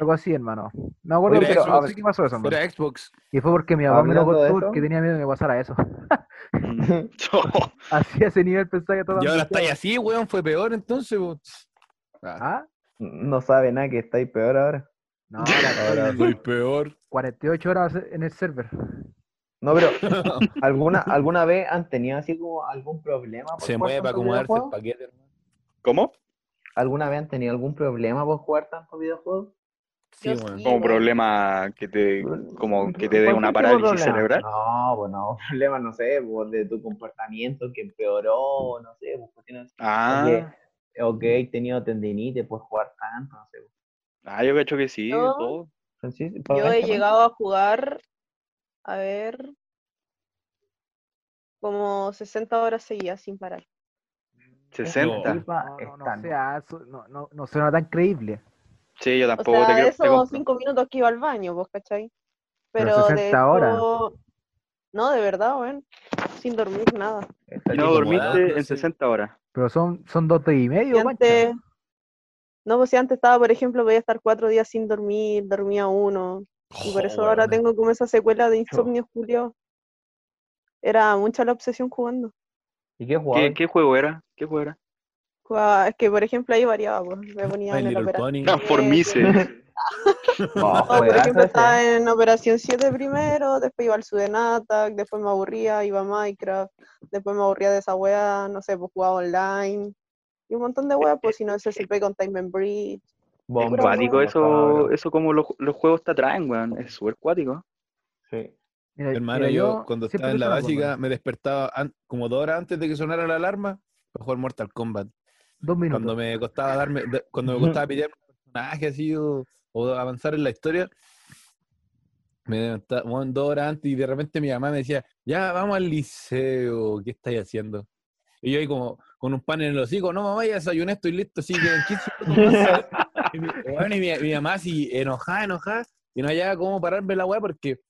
Algo así, hermano. Me acuerdo, Mira, pero eso- a ver, ¿qué pasó eso, hermano? Era Xbox. Y fue porque mi mamá me lo Hablando de contó eso- porque tenía miedo de que pasara eso. Mm. Así a ese nivel pensaba que todo. Y ahora está ahí así, weón, fue peor entonces. po. Ah, ¿Ah? No sabe nada que estáis peor ahora. No, la- ahora soy peor. 48 horas en el server. No, pero ¿alguna, alguna vez han tenido así como algún problema? por Se jugar mueve para tanto acomodarse el videojuego? paquete, hermano. ¿Cómo? ¿Alguna vez han tenido algún problema por jugar tanto videojuegos? Sí, Yo weón. sí, Como weón. problema que te, como que te dé ¿Cualquier una tipo de parálisis problema? cerebral. No, pues no, problema, no sé, pues, de tu comportamiento que empeoró, no sé, pues, cuestiones Ah, así. ok, he tenido tendinitis por jugar tanto, no sé. pues. ah, yo cacho que sí, de No. todo. Francis, Yo he Pancho, llegado a jugar, a ver, como 60 horas seguidas sin parar. 60. No. No, no, Está, no, ¿no? sea, su- no, no, no suena tan creíble. Sí, Ah, yo O tampoco te sea, creo. de te esos compro. cinco minutos que iba al baño, vos, ¿cachai? Pero Pero, de 60 horas. esto- No, de verdad, weón. Sin dormir nada. está Y aquí no acomodando, dormiste en sí. 60 horas. Pero son, son dos y Si medio, Pancho. antes... No, pues si antes estaba, por ejemplo, voy a estar cuatro días sin dormir, dormía uno. Y por eso Jo, ahora weón. tengo como esa secuela de insomnio, Julio. Era mucha la obsesión jugando. ¿Y qué ¿Qué, jugaba? qué juego era? ¿Qué juego era? Jugaba- Es que, por ejemplo, ahí variaba, pues. Me ponía My en el Little opera. Pony. Transformice. Oh, No, por juegazo ejemplo, ese. estaba en Operación 7 primero, después iba al Sudenatac, después me aburría, iba a Minecraft, después me aburría de esa wea, no sé, pues jugaba online. Y un montón de weas, pues si no, SCP con Time and Breach. Es Bomba, cuático bomba, eso, cabrón. eso como los, los juegos te atraen, weón. Es súper cuático. Sí. Mira, Hermano, mira, yo cuando estaba siempre en la pensaba, pues, básica bueno, me despertaba an- como dos horas antes de que sonara la alarma para jugar Mortal Kombat. Dos minutos. Cuando me costaba darme, de- cuando me costaba pillar un personaje así o, o avanzar en la historia, me levantaba bueno, dos horas antes y de repente mi mamá me decía, ya vamos al liceo, ¿qué estáis haciendo? Y yo ahí como, con con un pan en el hocico, no mamá, ya desayuné, estoy listo, así que en 15 minutos más sal. Y mi, bueno, y mi, mi mamá así enojada, enojada, y no hallaba cómo pararme la weá porque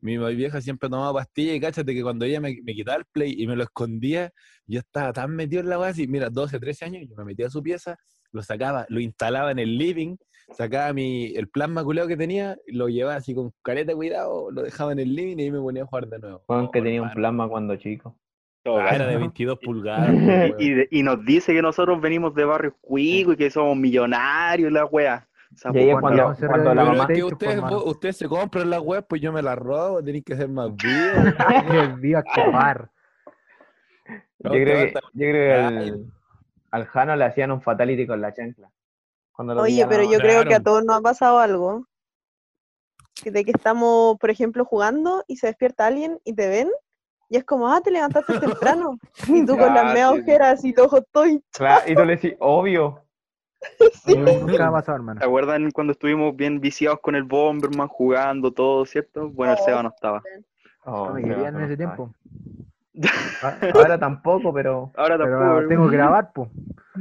mi vieja siempre tomaba pastillas y cáchate que cuando ella me, me quitaba el play y me lo escondía, yo estaba tan metido en la weá, así, mira, 12, 13 años, yo me metía a su pieza, lo sacaba, lo instalaba en el living, sacaba mi, el plan maculado que tenía, lo llevaba así con careta de cuidado, lo dejaba en el living y ahí me ponía a jugar de nuevo. Juan que Oh, tenía un hermano. plasma cuando chico. Ah, era de 22 pulgadas. weón. Y, y- y nos dice que nosotros venimos de barrios cuico y que somos millonarios y la wea. Y ahí es cuando, cuando- cuando la Pero mamá... es que Techo, ustedes, hermano. vos- ustedes se compran las web, pues yo me las robo, tenéis que ser más vivos. Dios mío, a acabar. Yo te creo que, mata. yo creo que al, al Jano le hacían un fatality con la chancla. Cuando lo Oye, pillaron. pero yo creo que a Claro. todos nos ha pasado algo. Que De que estamos, por ejemplo, jugando y se despierta alguien y te ven y es como, ah, te levantaste temprano. Y tú con Ah, las mea sí. ojeras y los ojos todo hinchados. Claro, y tú le decís, obvio. Nunca ha pasado, hermano. ¿Se acuerdan cuando estuvimos bien viciados con el Bomberman jugando todo, cierto? Bueno, el Oh. Seba no estaba. Oh, No me se va, querían en no ese sabe. tiempo. Ah, Ahora tampoco, pero Ahora Pero tengo que grabar, pues. po.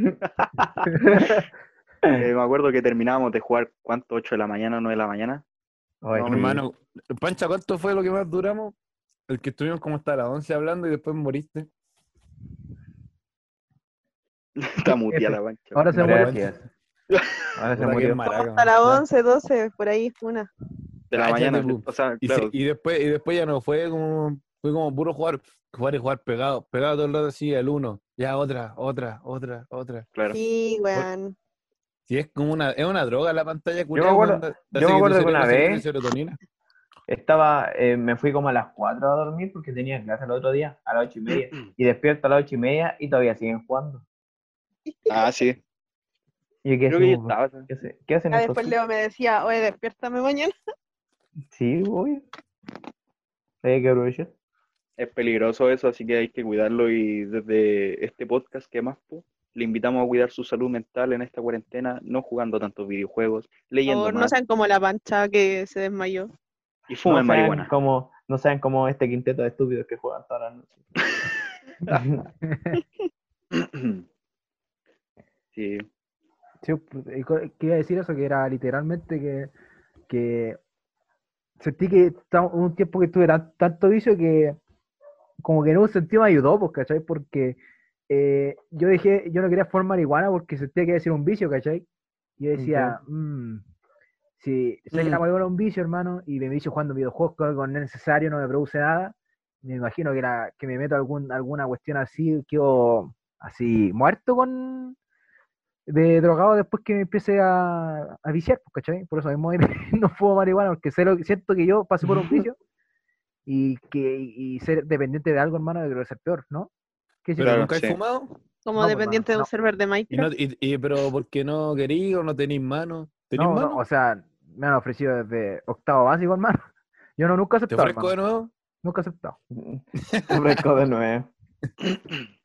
Eh, me acuerdo que terminábamos de jugar, ¿cuánto? ¿8 de la mañana, 9 de la mañana? Oh, es No, que- Hermano, Pancha, ¿cuánto fue lo que más duramos? El que estuvimos como hasta las 11 hablando y después moriste. Está muteada la pancha. Ahora se muere. gracias. Ahora se Puta, qué murió. maraca, Hasta las man. Ya. 11, 12, por ahí es una. de la cállate, mañana. pu. O sea, Y, claro, se- y después, y después ya no, fue como, fue como puro jugar, jugar y jugar pegado, pegado todo el rato así, el uno, ya otra, otra, otra, otra. claro. Sí, weón. Si es como una, es una droga la pantalla, culiao, acuerdo- cuando- yo hace me tu acuerdo que una cerebro segregue vez- serotonina. Estaba, eh, me fui como a las 4 a dormir porque tenía clase el otro día, a las 8 y media. Y despierto a las 8 y media y todavía siguen jugando. Ah, sí. Y yo quedé Creo que así yo como, estaba. ¿qué, hace- qué hacen Ah, estos después Leo me decía, oye, despiértame mañana. tipos? Sí, voy. Hay que aprovechar. Es peligroso eso, así que hay que cuidarlo. Y desde este podcast, ¿qué más? pu? Le invitamos a cuidar su salud mental en esta cuarentena, no jugando tantos videojuegos, Por leyendo favor, Oh, no más sean como la pancha que se desmayó. y fumen no marihuana. Sean como, no sean como este quinteto de estúpidos que juegan toda la noche. sí. Sí, pues, eh, co- quería decir eso, que era literalmente que, que sentí que ta- hubo un tiempo que tuve tan- tanto vicio que como que en un sentido me ayudó, pues, ¿cachai? Porque eh, yo dejé, yo no quería fumar marihuana porque sentía que iba a ser un vicio, ¿cachai? Y yo decía, "Mm, si sé que la Mm. marihuana es un vicio, hermano, y me vicio jugando videojuegos que algo no es necesario, no me produce nada, me imagino que, la, que me meto algún, alguna cuestión así, quedo así muerto con de drogado después que me empiece a, a viciar, pues, ¿cachai? Por eso mismo no fumo marihuana, porque sé lo, que- siento que yo pasé por un vicio y que y ser dependiente de algo, hermano, debe ser peor, ¿no? ¿Qué Pero Claro, nunca sí. he fumado. Como No, pues, dependiente de un hermano, server de Y Minecraft. no, y, y- pero porque no quería o no tenéis mano. ¿Tenéis No, no, mano? o sea, me han ofrecido desde octavo básico, hermano. Yo no, nunca he ¿Te aceptado, ofrezco de hermano, nuevo? nunca he aceptado. Fresco de nuevo.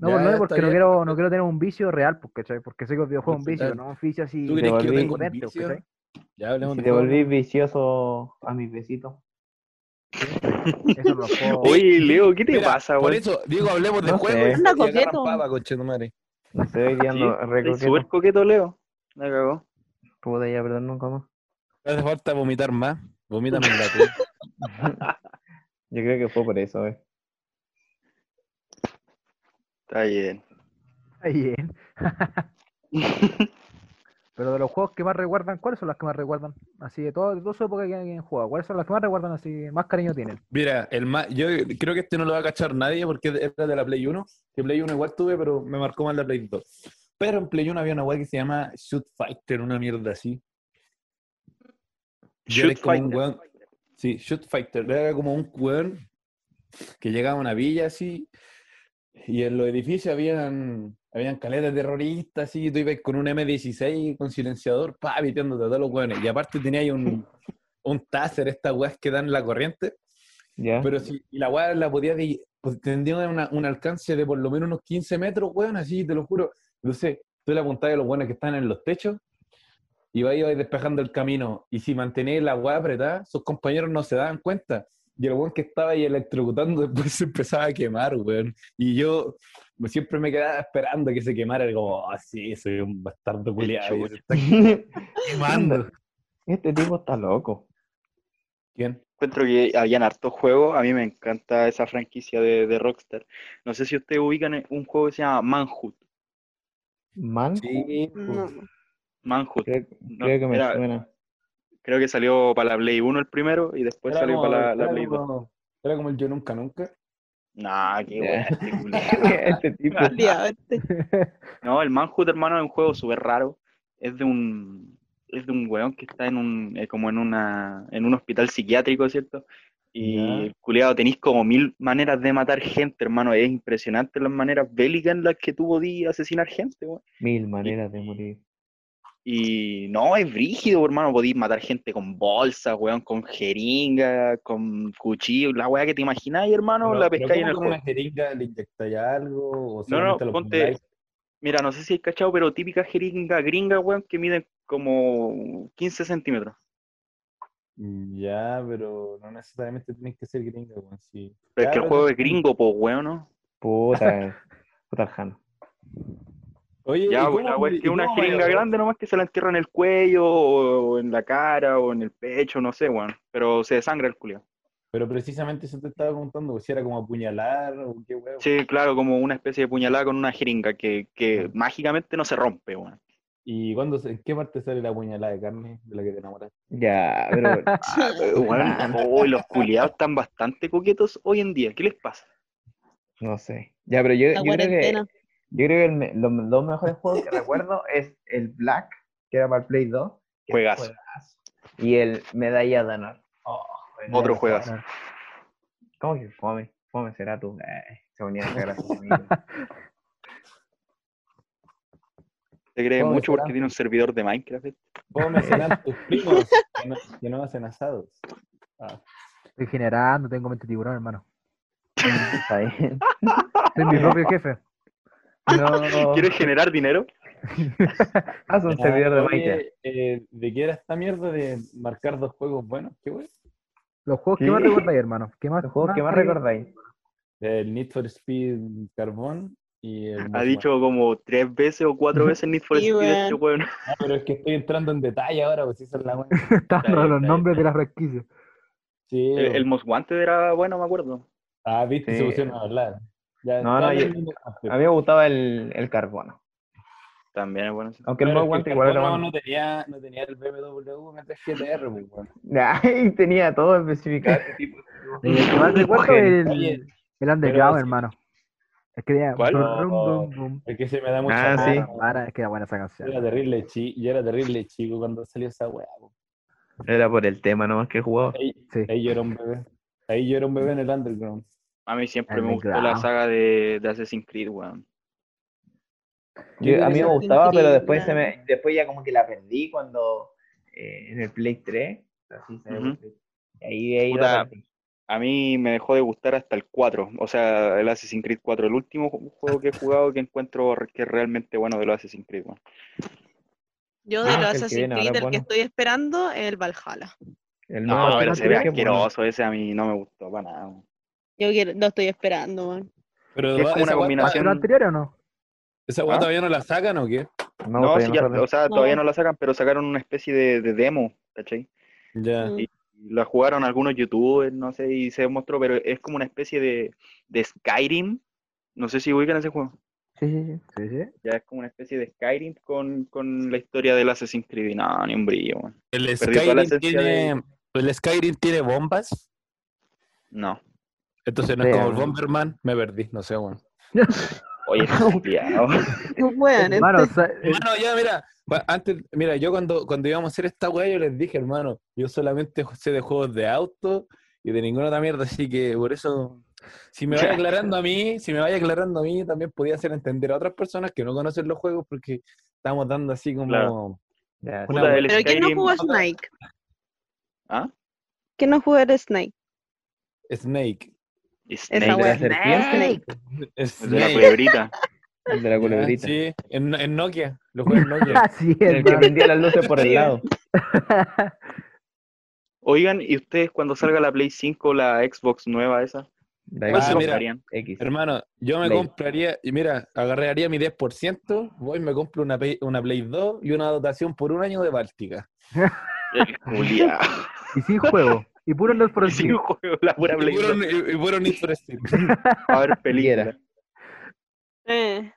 No, Ya, por nueve, ya está porque no bien. quiero, no quiero tener un vicio real, pues, ¿cachai? Porque sé que el videojuego es un vicio, Total. no un vicio así ¿Tú crees que yo volví tengo un potente, pues, vicio? ¿cachai? Ya hablemos Si de te juego. volvís vicioso a mis besitos. Eso no lo puedo- Oye, Leo, ¿qué te Mira, pasa, Por güey? eso, Diego, hablemos de No sé. juego. y- Anda y agarran coqueto. pava, conchetumare. No sé, hoy día Sí, ando re Estoy coqueto. súper coqueto, Leo. La cagó. Puta, ya, perdón, nunca más. No hace falta vomitar más. Vomítame en la cruz. Yo creo que fue por eso, eh. Está bien. Está bien. Pero de los juegos que más recuerdan, ¿cuáles son las que más recuerdan? Así de todo, de toda su época que han jugado, ¿cuáles son las que más recuerdan así, más cariño tienen? Mira, el más, yo creo que este no lo va a cachar nadie porque era de la Play 1. Que Play 1 igual tuve, pero me marcó más la Play 2. Pero en Play 1 había una weá que se llama Shoot Fighter, una mierda así. Y era Shoot como un Fighter. weón- Sí, Shoot Fighter. Era como un weón que llegaba a una villa así. Y en los edificios habían, habían caletas terroristas, así. Y tú ibas con un M16 con silenciador, pa, viteándote a todos los weones. Y aparte tenía ahí un, un taser, estas weas que dan la corriente. Ya. Pero si y la weá la podía de, pues, tendría una- un alcance de por lo menos unos 15 metros, weón, así, te lo juro. Entonces, tú le apuntás a los buenos que están en los techos y vais, vais despejando el camino. Y si mantenés la weá apretada, sus compañeros no se daban cuenta. Y el weón que estaba ahí electrocutando después se empezaba a quemar, weón. Y yo me- siempre me quedaba esperando que se quemara. Era como, ah, sí, soy un bastardo culiado. y se está quemando. Este tipo está loco. ¿Quién? Encuentro que habían hartos juegos. A mí me encanta esa franquicia de, de Rockstar. No sé si ustedes ubican un juego que se llama Manhunt. Man, Sí, Mm, pues. No. Manhunt. creo, No, creo que me era- suena. Creo que salió para la Play 1 el primero y después era salió como, para la, la era Play 2. como- era como el yo nunca, nunca. Nah, qué Ya. bueno. este tipo. Diabete. No, el Manhunt, hermano, es un juego súper raro. Es de un es de un weón que está en un eh, como en una en un hospital psiquiátrico, ¿cierto? Ya. Y culiado, tenéis como mil maneras de matar gente, hermano. Es impresionante las maneras bélicas en las que tú podías asesinar gente, weón. Mil maneras de morir. Y no, es brígido, hermano. Podéis matar gente con bolsas, weón, con jeringa, con cuchillo, la weá que te imagináis, hermano, Pero- la pero pescáis en ¿cómo el con juego. una jeringa le inyectáis algo? No, O no, solamente lo ponte- pongáis? Mira, no sé si hay cachado, pero típica jeringa gringa, weón, que miden como 15 centímetros. Ya, pero no necesariamente tienes que ser gringo, weón. Sí. Pero es Ya, que el pero- juego es gringo, po, weón, ¿no? Puta, puta el Jano. Oye, ¿y Ya, cómo- pues, la weá es y que una cómo jeringa vaya- grande nomás que se la entierra en el cuello, o, o en la cara, o en el pecho, no sé, weón. Pero se desangra el culiao. Pero precisamente eso te estaba preguntando, pues, si era como apuñalar o qué huevo. Sí, claro, como una especie de puñalada con una jeringa que, que mágicamente no se rompe, weón. ¿Y cuándo, se- en qué parte sale la puñalada de carne de la que te enamoraste? Ya, pero Eh, Weón, oh, los culiados están bastante coquetos hoy en día. ¿Qué les pasa? no sé. Ya, pero yo, La yo creo que, cuarentena. yo creo que el me- los dos mejores juegos que recuerdo es el Black, que era para el Play 2. que era Juegazo. Y el Medalla de Honor. Oh, Medalla Otro de juegazo. Honor. ¿Cómo que fome? Fome será tú. Eh, se unía a esa gracia conmigo. Te crees Vamos, mucho porque esperando. tiene un servidor de Minecraft. eh? ¿Cómo me cenan tus primos que no, que no hacen asados? Estoy generando, tengo mente de tiburón, hermano. Está bien. Soy mi propio jefe. No. ¿Quieres generar dinero? ah, Haz un servidor Este de Ah, Oye, Minecraft. eh, ¿De qué era esta mierda de marcar dos juegos buenos? ¿Qué huevo? Los juegos Sí. que más recordáis, hermano. ¿Qué más, Los juegos que más recordáis? recordáis. El Need for Speed Carbón y el... Ha Most dicho como tres veces o cuatro veces Need for Sí, Speed weón. este weón. Wanted. Ah, pero es que estoy entrando en detalle ahora, pues sí, son la wea. Están Está bien, los está bien, nombres está de las franquicias. Sí, pues. El, el Most Wanted era bueno, me acuerdo. Ah, viste, Sí. se pusieron a hablar. Ya, No, no, ya yo- terminé. A mí me gustaba el, el carbono. También es bueno. sí. Aunque el Claro, más es guante que el igual era Carbono bueno. no tenía, no tenía el BMW mientras GTR, pues, weón. Ay, tenía todo especificado. El que más recuerdo es Oye, oye, el, el Underground, sí. hermano. Es que era. ¿Cuál? brum, brum, brum. Es que se me da mucha Ah, pena, sí. weón. Para, es que era buena esa Yo canción. era terrible chico, yo era terrible chico cuando salió esa weá. po. Era por el tema nomás que jugaba. Ahí, Sí. ahí yo era un bebé. Ahí yo era un bebé en el underground. A mí siempre El me gustó la Underground. saga de, de Assassin's Creed, weón. Yo- a mí me Interesante, gustaba, pero después se increíble. me, después ya como que la perdí cuando eh, en el Play 3. así se- Ujú. y ahí, ahí Puta. la perdí. A mí me dejó de gustar hasta el 4, o sea, el Assassin's Creed 4, el último ju- juego que he jugado que encuentro re- que es realmente bueno de los Assassin's Creed, weón. Yo Ah, de el los que Assassin's viene ahora, Creed, el que bueno. estoy esperando es el Valhalla. El No, nuevo pero Assassin's se ve Creed, bueno. asqueroso ese, a mí no me gustó para nada. weón. Yo quiero- lo estoy esperando, man. Pero Es como una combinación. ¿Pero anterior o no? ¿Esa weá weá ¿Ah? todavía no la sacan o qué? No, No, todavía sí, no ya, sale. o sea, todavía No. no la sacan, pero sacaron una especie de, de demo, ¿cachai? Ya. Mm. la jugaron algunos youtubers, no sé, y se demostró, pero es como una especie de, de Skyrim. No sé si ubican ese juego. Sí, sí, sí. sí, sí. Ya es como una especie de Skyrim con, con la historia del Assassin's Creed. No, ni un brillo, weón. El Perdió toda la Skyrim esencia tiene. El Skyrim tiene bombas. No. Entonces no es como el Vean. Bomberman. Me perdí, no sé, weón. Oye, culiao. Bueno, Hermano, o sea, eh, Hermano, ya, mira. va, Antes, mira, yo cuando, cuando íbamos a hacer esta weá, yo les dije, hermano, yo solamente sé de juegos de auto y de ninguna otra mierda, así que por eso. Si me vaya aclarando a mí, si me vaya aclarando a mí, también podía hacer entender a otras personas que no conocen los juegos porque estamos dando así como. Claro. Ya, Puta, sí. el pero ¿quién no Skyrim- jugó a Snake? ¿Ah? ¿Quién no jugó a Snake? Snake. Esa Snake. wea. ¿De la serpiente? Snake. El De la Snake. culebrita. El de la culebrita. Sí, en, en Nokia. Lo jugué en Nokia. así El es, que hermano. prendía las luces por el lado. Oigan, ¿y ustedes cuando salga la Play 5, la Xbox nueva esa? De ¿Cuál Ah, se mira. comprarían? X. Hermano, yo me Play. compraría, y mira, agarraría mi 10%, voy y me compro una Play, una Play 2 y una dotación por un año de Báltica. El Julia. Y sin juego. Y puro Need for Sí, Speed. juego, la pura Y Play fueron, 2. y, y fueron Need for Speed. A ver, película. Quiera. Eh,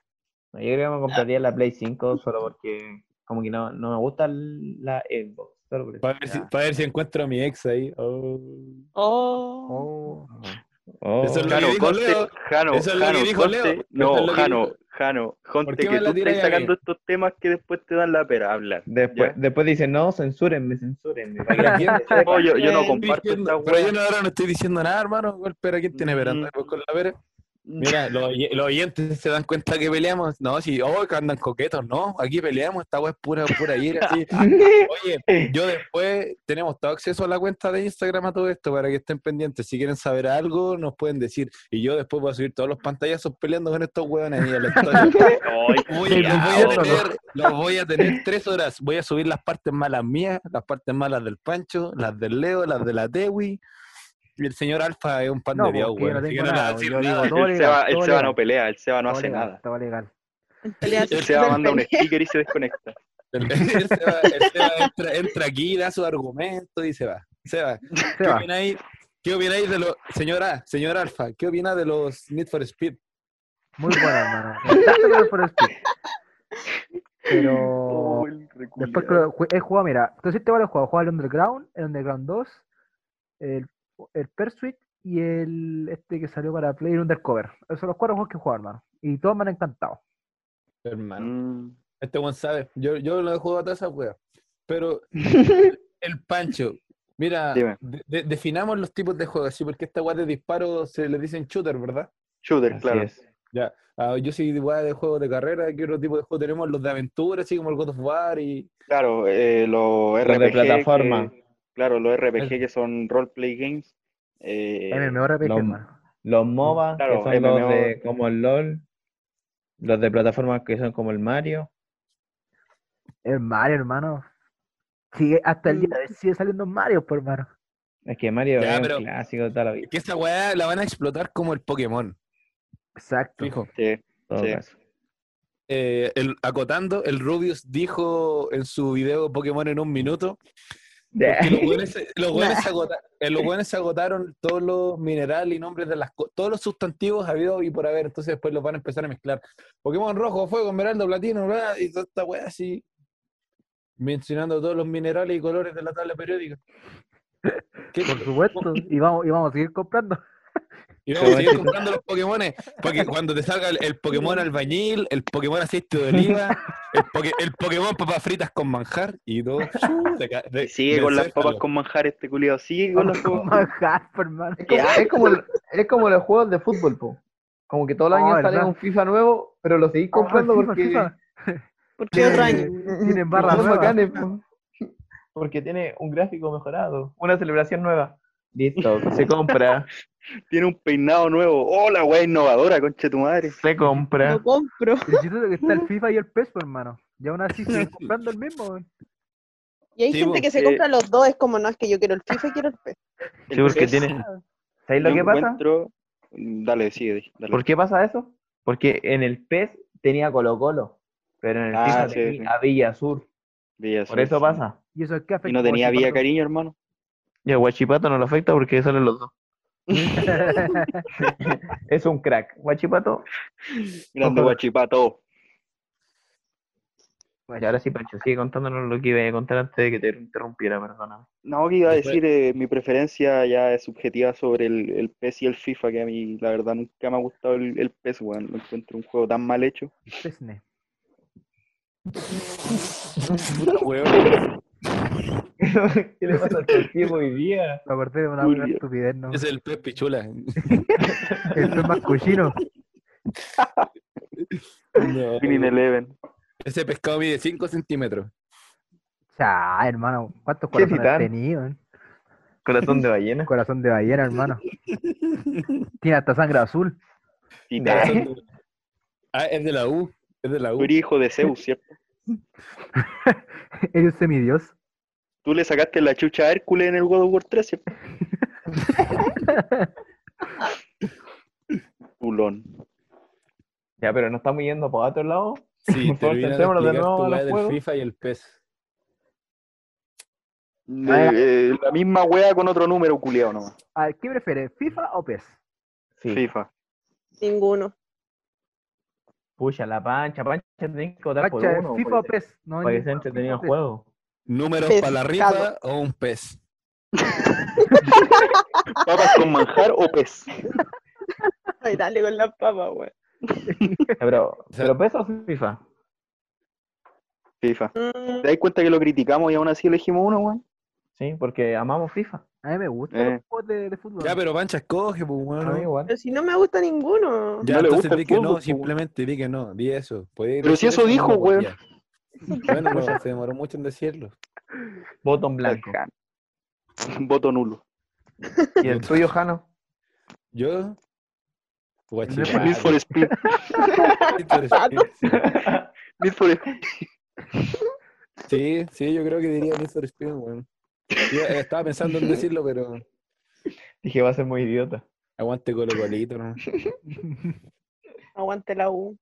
No, yo creo que me compraría la Play 5 solo porque como que no, no me gusta la Xbox. Solo por eso. Para ver, si, Ya. pa' ver si encuentro a mi ex ahí. Oh. oh. Oh. Eso es lo- Jano, que dijo conste- Leo. Jano, Eso es lo que Jano, dijo Leo. conste- Eso no, es lo que Jano, dijo. Jano, qué conste me que la tú estás tiráis a mí? sacando estos temas que después te dan la pera, habla. Después, Ya. después dicen, no, censúrenme, censúrenme. Pero ¿quién- No, yo, yo no Eh, comparto Diciendo- esta pero wea. yo no, ahora no estoy diciendo nada, hermano. Igual, pero ¿quién tiene pera? Mm. ¿Andamos con la pera? Mira, los, oy- los oyentes se dan cuenta que peleamos. No, si, oh, que andan coquetos, no. Aquí peleamos, esta wea es pura, pura ira. sí. Oye, yo después tenemos todo acceso a la cuenta de Instagram a todo esto para que estén pendientes. Si quieren saber algo, nos pueden decir. Y yo después voy a subir todos los pantallazos peleando con estos hueones ahí a la historia. Ay, Voy a- culiao. los, voy a tener, los voy a tener tres horas. Voy a subir las partes malas mías, las partes malas del Pancho, las del Leo, las de la Tewi. Y el señor Alfa es un pan No, de porque Dios, yo güey. no Así que tengo no le voy a nada, decir yo digo nada. todo El legal, Seba, el todo Seba legal, no pelea, el Seba no todo hace legal, nada. Todo legal. Pelea El del Seba manda un pene. sticker y se desconecta. El, el Seba, el Seba entra, entra aquí, da su argumento y se va. Se va. ¿Qué Seba, opináis, qué opináis de los. Señora, señor Alfa, ¿qué opina de los Need for Speed? muy bueno, hermano. Me encanta el Need for Speed. Pero Oh, el reculiao. después que lo jue- he jugado, mira, entonces te vale jugar, jugar el Underground, el Underground 2, el, el Pursuit y el este que salió para Play el Undercover. Esos son los cuatro juegos que he jugado, hermano. Y todos me han encantado. Hermano. Mm. Este Juan sabe. Yo, yo lo he jugado a toda esa wea. Pero el Pancho, mira, Dime. de- de- definamos los tipos de juegos, así porque esta wea de disparo se le dicen shooter, ¿verdad? Shooter, Así claro. es. Ya. Ah, yo soy de wea de juegos de carrera, ¿qué otro tipo de juegos tenemos? Los de aventura, así como el God of War y. Claro, eh, los Los RPG. de plataforma. que- claro, los RPG El- que son roleplay games. eh, MMORPG, no, hermano. Los MOBA, Claro, que son los MMO. de como el LOL. Los de plataformas que son como el Mario. El Mario, hermano. Sigue, hasta el día Mm. de hoy sigue saliendo Mario, por hermano. Es que Mario Ya, es un pero- clásico de toda la vida. Que esta wea la van a explotar como el Pokémon. Exacto. Fijo. sí. en todo Sí. caso. Eh, el, acotando, el Rubius dijo en su video Pokémon en un minuto que los güeyes se- los güeyes se agota- eh, los güeyes se agotaron todos los minerales y nombres de las co- todos los sustantivos habidos y por haber, entonces después los van a empezar a mezclar. Pokémon rojo, fuego, esmeralda, platino, bla, y toda esta weá así, mencionando todos los minerales y colores de la tabla periódica. ¿Qué? Por supuesto. Y vamos, y vamos a seguir comprando. Y vamos a seguir bonito. comprando los Pokémon porque cuando te salga el, el Pokémon albañil, el Pokémon aceite de oliva, el, poke- el Pokémon papas fritas con manjar y todo. de ca- de- Sigue del con las Zócalo. papas con manjar este culiado. Sigue con las papas con Manjar, por pues, hermano. Es como, es, como, el- es como los juegos de fútbol, po. Como que todos los Ah, Oh, años sale ¿verdad? un FIFA nuevo, pero lo seguís comprando FIFA, porque, FIFA. ¿Por qué otro año? Tienen barra porque son nueva. bacanes, po. Porque tiene un gráfico mejorado, una celebración nueva. Listo, se compra, Tiene un peinado nuevo. ¡Oh, la wea innovadora, conche tu madre! se compra. Lo compro. El chiste es que está el FIFA y el PES, pues, hermano. Y aún así siguen comprando el mismo. weón. Y hay Sí, gente porque- que se compra los dos, es como, no, es que yo quiero el FIFA y quiero el PES. Sí, porque Entonces, tiene. ¿Sabéis lo yo que pasa? encuentro- Dale, sigue, dale. ¿Por qué pasa eso? Porque en el PES tenía Colo Colo, pero en el Ah, FIFA sí, tenía sí. a Villa Sur. Villa Por eso Sur, pasa. Y eso es que sí. afecta. Y no tenía como si vía fuera- cariño, hermano. Y a Guachipato no lo afecta porque salen los dos. Es un crack. Guachipato. Grande Ojo. guachipato. Y ahora sí, Pancho, sigue contándonos lo que iba a contar antes de que te interrumpiera, perdóname. No, que iba a Después- decir, eh, mi preferencia ya es subjetiva sobre el, el PES y el FIFA, que a mí la verdad nunca me ha gustado el, el PES, weón. Lo encuentro un juego tan mal hecho. Pesne. Puta, weón. ¿Qué le pasa al tiempo hoy día? Me acordé de una Uy, una Dios. estupidez, ¿no? Es el pez pichula. El PES más cochino. No, Winning Eleven. ese pescado mide 5 centímetros. Chá, hermano. ¿Cuántos Qué corazones titán. has tenido? eh? Corazón de ballena. Corazón de ballena, hermano. Tiene hasta sangre azul. Titán. Nah. Ah, es de la U. Es de la Tú U. eres hijo de Zeus, ¿cierto? Eres un semidios. Tú le sacaste la chucha a Hércules en el God of War 13. Pulón. Ya, pero no estamos yendo para otro lado. Sí, Por favor, termina de centrémonos de explicar nuevo tu a los weá del juegos. FIFA y el PES. De- eh, la misma wea con otro número culiao nomás. A ver, Ah, ¿Qué prefieres, FIFA o PES? Sí. FIFA. Ninguno. Pucha, la pancha, pancha, tenés que votar por Pancha, uno. FIFA o para que- PES. No, Para que ninguno, sea entretenido el FIFA o juego. ¿Números Pescado. para la rifa o un PES? ¿Papas con manjar o pez? Ay, dale con las papas, güey. Ya, Pero, sea- pero peso o FIFA. FIFA. Mm, ¿Te das cuenta que lo criticamos y aún así elegimos uno, weón? Sí, porque amamos FIFA. PES. A mí me gusta Eh. los juegos de, de fútbol. Ya, pero Pancha, escoge, pues, weón. A mí igual. pero si no me gusta ninguno. Ya, No le entonces gusta el di que fútbol, no, pues, simplemente di que no, di eso. Podía Pero si decir eso dijo, no weón. podía. Bueno, no, se demoró mucho en decirlo. Botón blanco. Voto nulo. ¿Y el tuyo, Jano? Yo. Guachipato. Need for Speed. Sí. Need for Speed. Sí, sí, yo creo que diría Need for Speed, weón. Yo eh, estaba pensando en decirlo, pero Dije, va a ser muy idiota. aguante Colo Colito, ¿no? Aguante la U.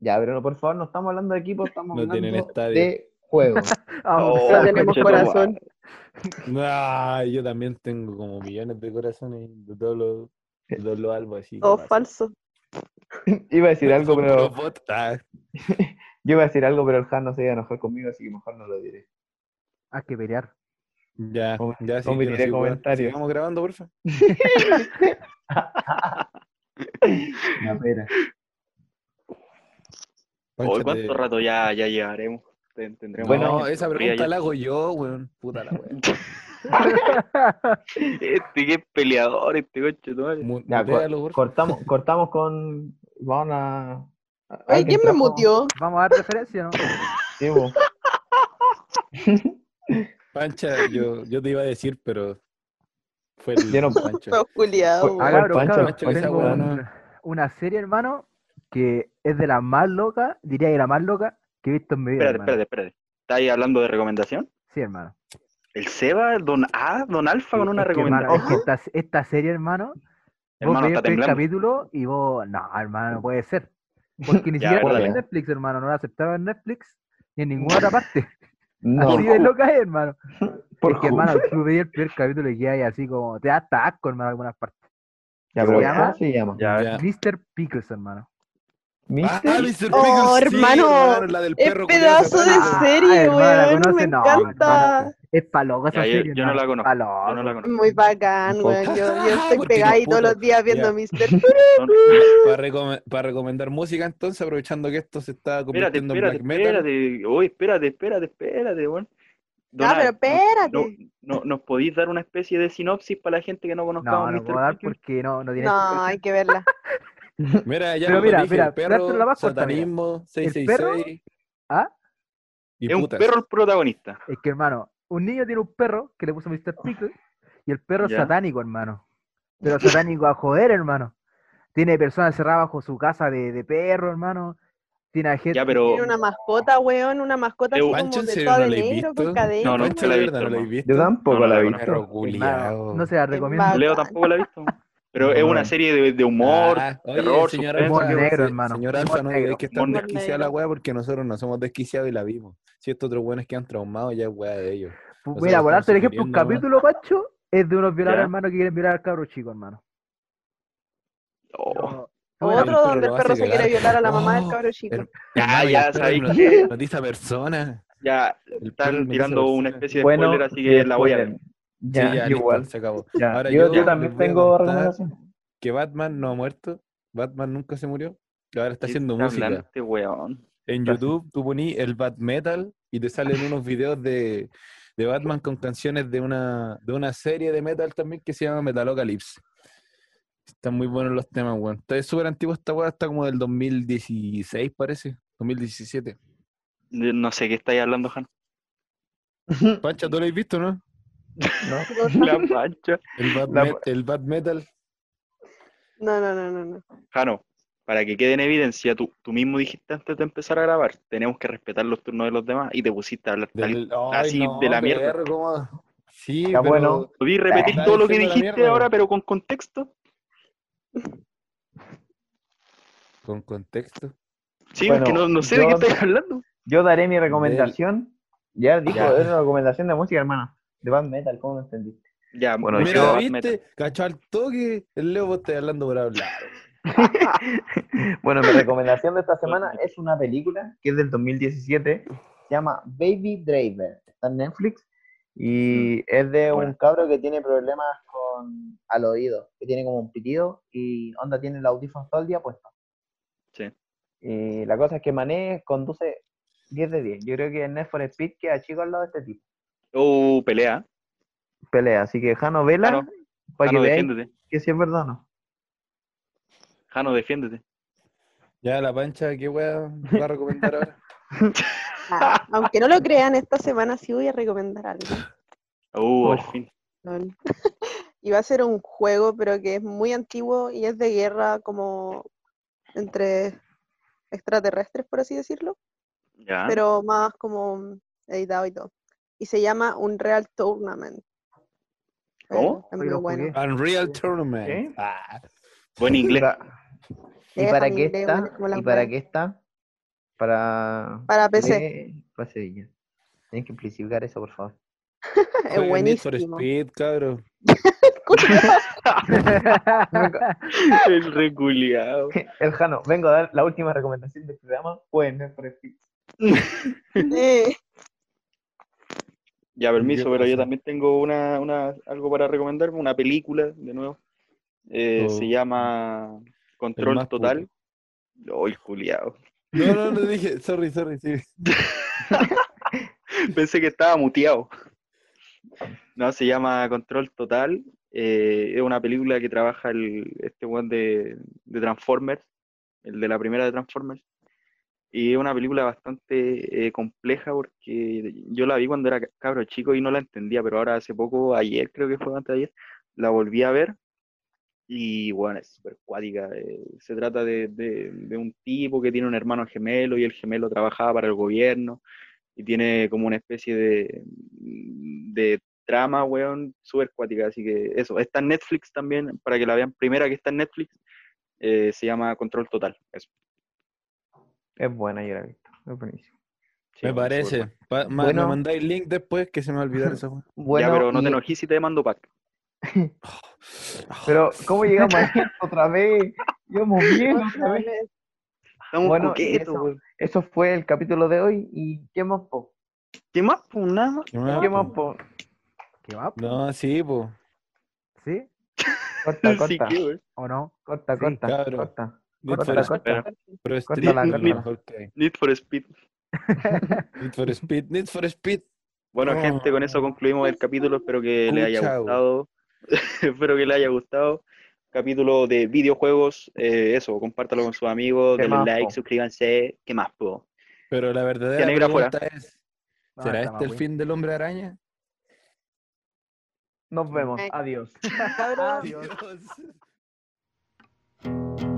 Ya, pero no, por favor, no estamos hablando de equipo, estamos No tienen hablando estadio. de juegos. Ah, Oh, No bueno, tenemos conchetumare. corazón. Ah, yo también tengo como millones de corazones de todos los, de todos los albos así. Todo como Oh, falso. Iba a decir algo, así. pero Los bots, ah, yo iba a decir algo, pero el Jano se iba a enojar conmigo, así que mejor no lo diré. hay que pelear. Ya, Com- ya sí. omitiré ya sí, weón. comentarios. Sigamos grabando, porfa. La pera. Oh, Pánchate. ¿Cuánto rato ya, ya llegaremos? Ten- Tendremos Bueno, no, esa pregunta la hago yo, weón. Puta la weón. Este que es peleador, este coche, madre. Ya, cor- Mutealo, porfa. cortamos, cortamos con. Vamos a. Oye, ¿Alguien ¿quién me trajo? mutió? Vamos a dar referencia, ¿no? Sí, po. Pancha, yo, yo te iba a decir, pero fue el Yo no- Pancho. Fue Juliado. Ah, Ah, cabrón, güey. cabrón, Pancho, cabrón, Pancho, esa tengo weá un- no. una serie, hermano, que es de las más locas, diría que la más loca que he visto en mi vida. Espérate, hermano. espérate, espérate. ¿Estáis hablando de recomendación? Sí, hermano. El Seba, Don A, Don Alfa con una Es que, hermano, recomendación. es que esta, esta serie, hermano, vos Hermano, veis está el primer temblando. capítulo y vos, no, hermano, no puede ser. Porque ni Ya, siquiera estaba dale. en Netflix, hermano, no la aceptaron en Netflix ni en ninguna otra parte. No, Así de loca es, hermano. por Porque, ju- hermano, tú veis el primer capítulo y hay así como, te da hasta asco, hermano, en algunas partes. Ya, pero ¿Se llama? ¿cómo se llama? Ya, Ya. Mr. Pickles, hermano. Ah, ¿Mister? Mr. Oh, Pickles, sí, hermano, la del Es perro, culiao, pedazo de satánico. Ah, serie, hermano, ¿la güey. Me conoce? No, encanta. hermano, Es paloca esa Ya, yo- serie. yo no hermano, la conozco, paloca. Yo no la conozco. Muy bacán, güey. Yo, yo estoy Porque no, pegada ahí todos puta. los días viendo Ya. Mister. Para, recome- para recomendar música, entonces, aprovechando que esto se está Espérate, convirtiendo espérate, en black metal. espérate. Uy, espérate, espérate, espérate, weón. Don Ah, pero Alfa, espérate. no- no- ¿Nos podéis dar una especie de sinopsis para la gente que no No, conozcamos no Mr. puedo dar Pickles? porque no, no tiene. No, hay que verla. Mira, ya Pero lo mira, dije, mira, el darte perro, la más corta, mira. satanismo, El perro, 666. ¿ah? Y Es un putas. perro el protagonista. Es que, hermano, un niño tiene un perro que le puso Mr. Pickle y el perro es Ya. satánico, hermano. Pero satánico a joder, hermano. Tiene personas cerradas bajo su casa de, de perro, hermano. Tiene a gente. Ya, pero Tiene una mascota, weón, una mascota Eh, así Pancho, como ¿en de serio toda no de la he negro visto? con cadena. No, no, weón. se la he visto, no la he hermano. visto. Yo tampoco No, no, la he no, visto. no. Perro hermano, culiao. no se la recomiendo. mal. Leo tampoco la ha visto. Pero es una No. serie de, de humor, Ah, oye, terror, señor suspenso. Humor Alfa, negro, se- hermano, Señor humor Alfa, no negro. creéis que están Humor desquiciada la negro. weá porque nosotros no somos desquiciados y la vimos. Si estos otros buenos quedan traumados, ya es weá de ellos. Pues o sea, Mira, por estamos darte el ejemplo, un sugiriendo capítulo, Pacho, es de unos violadores, Ya. hermano, que quieren violar al cabro chico, hermano. Oh, Bueno, Otro el donde perro el lo perro hace se quiere cagar. violar a la mamá Oh, del cabro chico. her- Ya, hermano, ya, el perro ¿sabéis hipnotiza- qué? hipnotiza persona. ya El perro están hipnotiza tirando una persona. especie de Bueno, spoiler, así que la voy a ver. spoiler. Ya, Sí, ya, listo, igual. se acabó. Ya. Ahora yo, yo yo les también voy a tengo contar- recomendación. Que Batman no ha muerto, Batman nunca se murió, y ahora está haciendo Está música. hablando este weón. En Gracias. YouTube tú poní el Bat Metal y te salen unos videos de, de Batman con canciones de una, de una serie de metal también que se llama Metalocalypse. Están muy buenos los temas, weón. Está es súper antiguo esta weá, está como del 2016 parece, 2017. No sé qué estáis hablando, Han. Mm. Pancha, ¿tú lo has visto, no? La pancha. El Bat, La- Met- el Bat Metal. No, no, no, no, no. Jano, para que quede en evidencia, tú, tú mismo dijiste antes de empezar a grabar, tenemos que respetar los turnos de los demás y te pusiste a hablar tal- Del- ay, así no, de la mierda. perro, ¿cómo? Sí, Ya, pero- bueno. ¿Podí repetir Está todo lo que diciendo la dijiste mierda. ahora, pero con contexto? Con contexto. Sí, Bueno, es que no, no sé de qué yo- estáis hablando. Yo daré mi recomendación. Ya dijo, Ya. es una recomendación de música, hermano. De band metal, ¿cómo lo entendiste? Ya, Bueno, mucho Mira, yo- Mad Metal. ¿viste? Cachó al toque. El Leo vos estás hablando por hablar. Bueno, Mi me recomendación de esta semana es una película que es del 2017. Se llama Baby Driver. Está en Netflix. Y es de un Mm. Buena. cabro que tiene problemas con al oído. Que tiene como un pitido y onda tiene el audífono todo el día puesto. Sí. Y la cosa es que Mané conduce 10 de 10. Yo creo que en Need for Speed queda chico al lado de este tipo. Oh, pelea. Pelea. Así que Jano Vela, Jano- para que Jano, veáis defiéndete. que si es verdad o no. Jano, defiéndete. Ya, la pancha, ¿qué weá va a recomendar ahora? Ah, aunque no lo crean, esta semana sí voy a recomendar algo. Oh, Uf. al fin. LOL. Y va a ser un juego, pero que es muy antiguo y es de guerra como entre extraterrestres, por así decirlo, Ah. Ya. pero más como editado y todo. Y se llama Unreal Tournament. Eh, ¿Cómo? Es Hoy muy lo bueno. jugué. Unreal Tournament. ¿Eh? Ah, Buen inglés. ¿Y Eh, para qué también de está? Buenas como las ¿Y para Buenas. qué está? Para... Para PC. Eh, Para Sevilla. Tienes que especificar eso, por favor. Es jueguen Need for buenísimo. Speed, cabro. El reculeado. El Jano, vengo a dar la última recomendación del programa. Pueden ver por aquí. Eh, Ya, permiso, Yo pero yo paso. también tengo una, una, algo para recomendar, una película, de nuevo. Eh, Oh. Se llama El Control más Total. Oh, el culiao. No, no, no dije. Sorry, sorry, sí. Pensé que estaba muteado. No, se llama Control Total. eh, es una película que trabaja el, este weón de, de Transformers, el de la primera de Transformers. Y es una película bastante eh, compleja porque yo la vi cuando era ca- cabro chico y no la entendía, pero ahora hace poco, ayer creo que fue antes de ayer, la volví a ver. Y bueno, es súper cuática. eh, se trata de- de- de un tipo que tiene un hermano gemelo y el gemelo trabajaba para el gobierno y tiene como una especie de, mm, de trama, weón, súper cuática. Así que eso, está en Netflix también, para que la vean primera que está en Netflix, eh, se llama Control Total. Eso. Es buena, yo la he visto. Es buenísimo. Sí, Me weón, súper parece. Pa- ma- Bueno. Me mandáis el link después que se me va a olvidar esa weá. bueno. Bueno, Ya, pero no y- te enojes si te mando pack. pero ¿cómo llegamos a esto otra vez? Íbamos bien otra vez. Estamos Bueno, y coquetos, eso. weón. Eso fue el capítulo de hoy. ¿Y qué más, po? ¿Qué más? Pues nada más. ¿Qué más, ¿Qué po? más, po? ¿Qué va? No, sí, po. ¿Sí? Corta, Sí, corta. que, weón. ¿O no? Corta, Sí, corta, cabro. corta. Need Corta, for corta. Speed, este Pro Street, Córtala, lo córtala. mejor que hay. Need for Speed. Need for Speed, Need for Speed. Bueno, Oh. gente, con eso concluimos el capítulo. Espero que le haya Cuchao. gustado. Espero que le haya gustado. Capítulo de videojuegos. eh, eso, compártalo con sus amigos. ¿Qué Denle más, like, po? suscríbanse. ¿Qué más, po? Pero la verdadera Ya, negra, fuera. pregunta es, No, ¿será está este el más fin del Hombre Araña? Nos vemos. Ay. Adiós. Cabros, Adiós. Dios.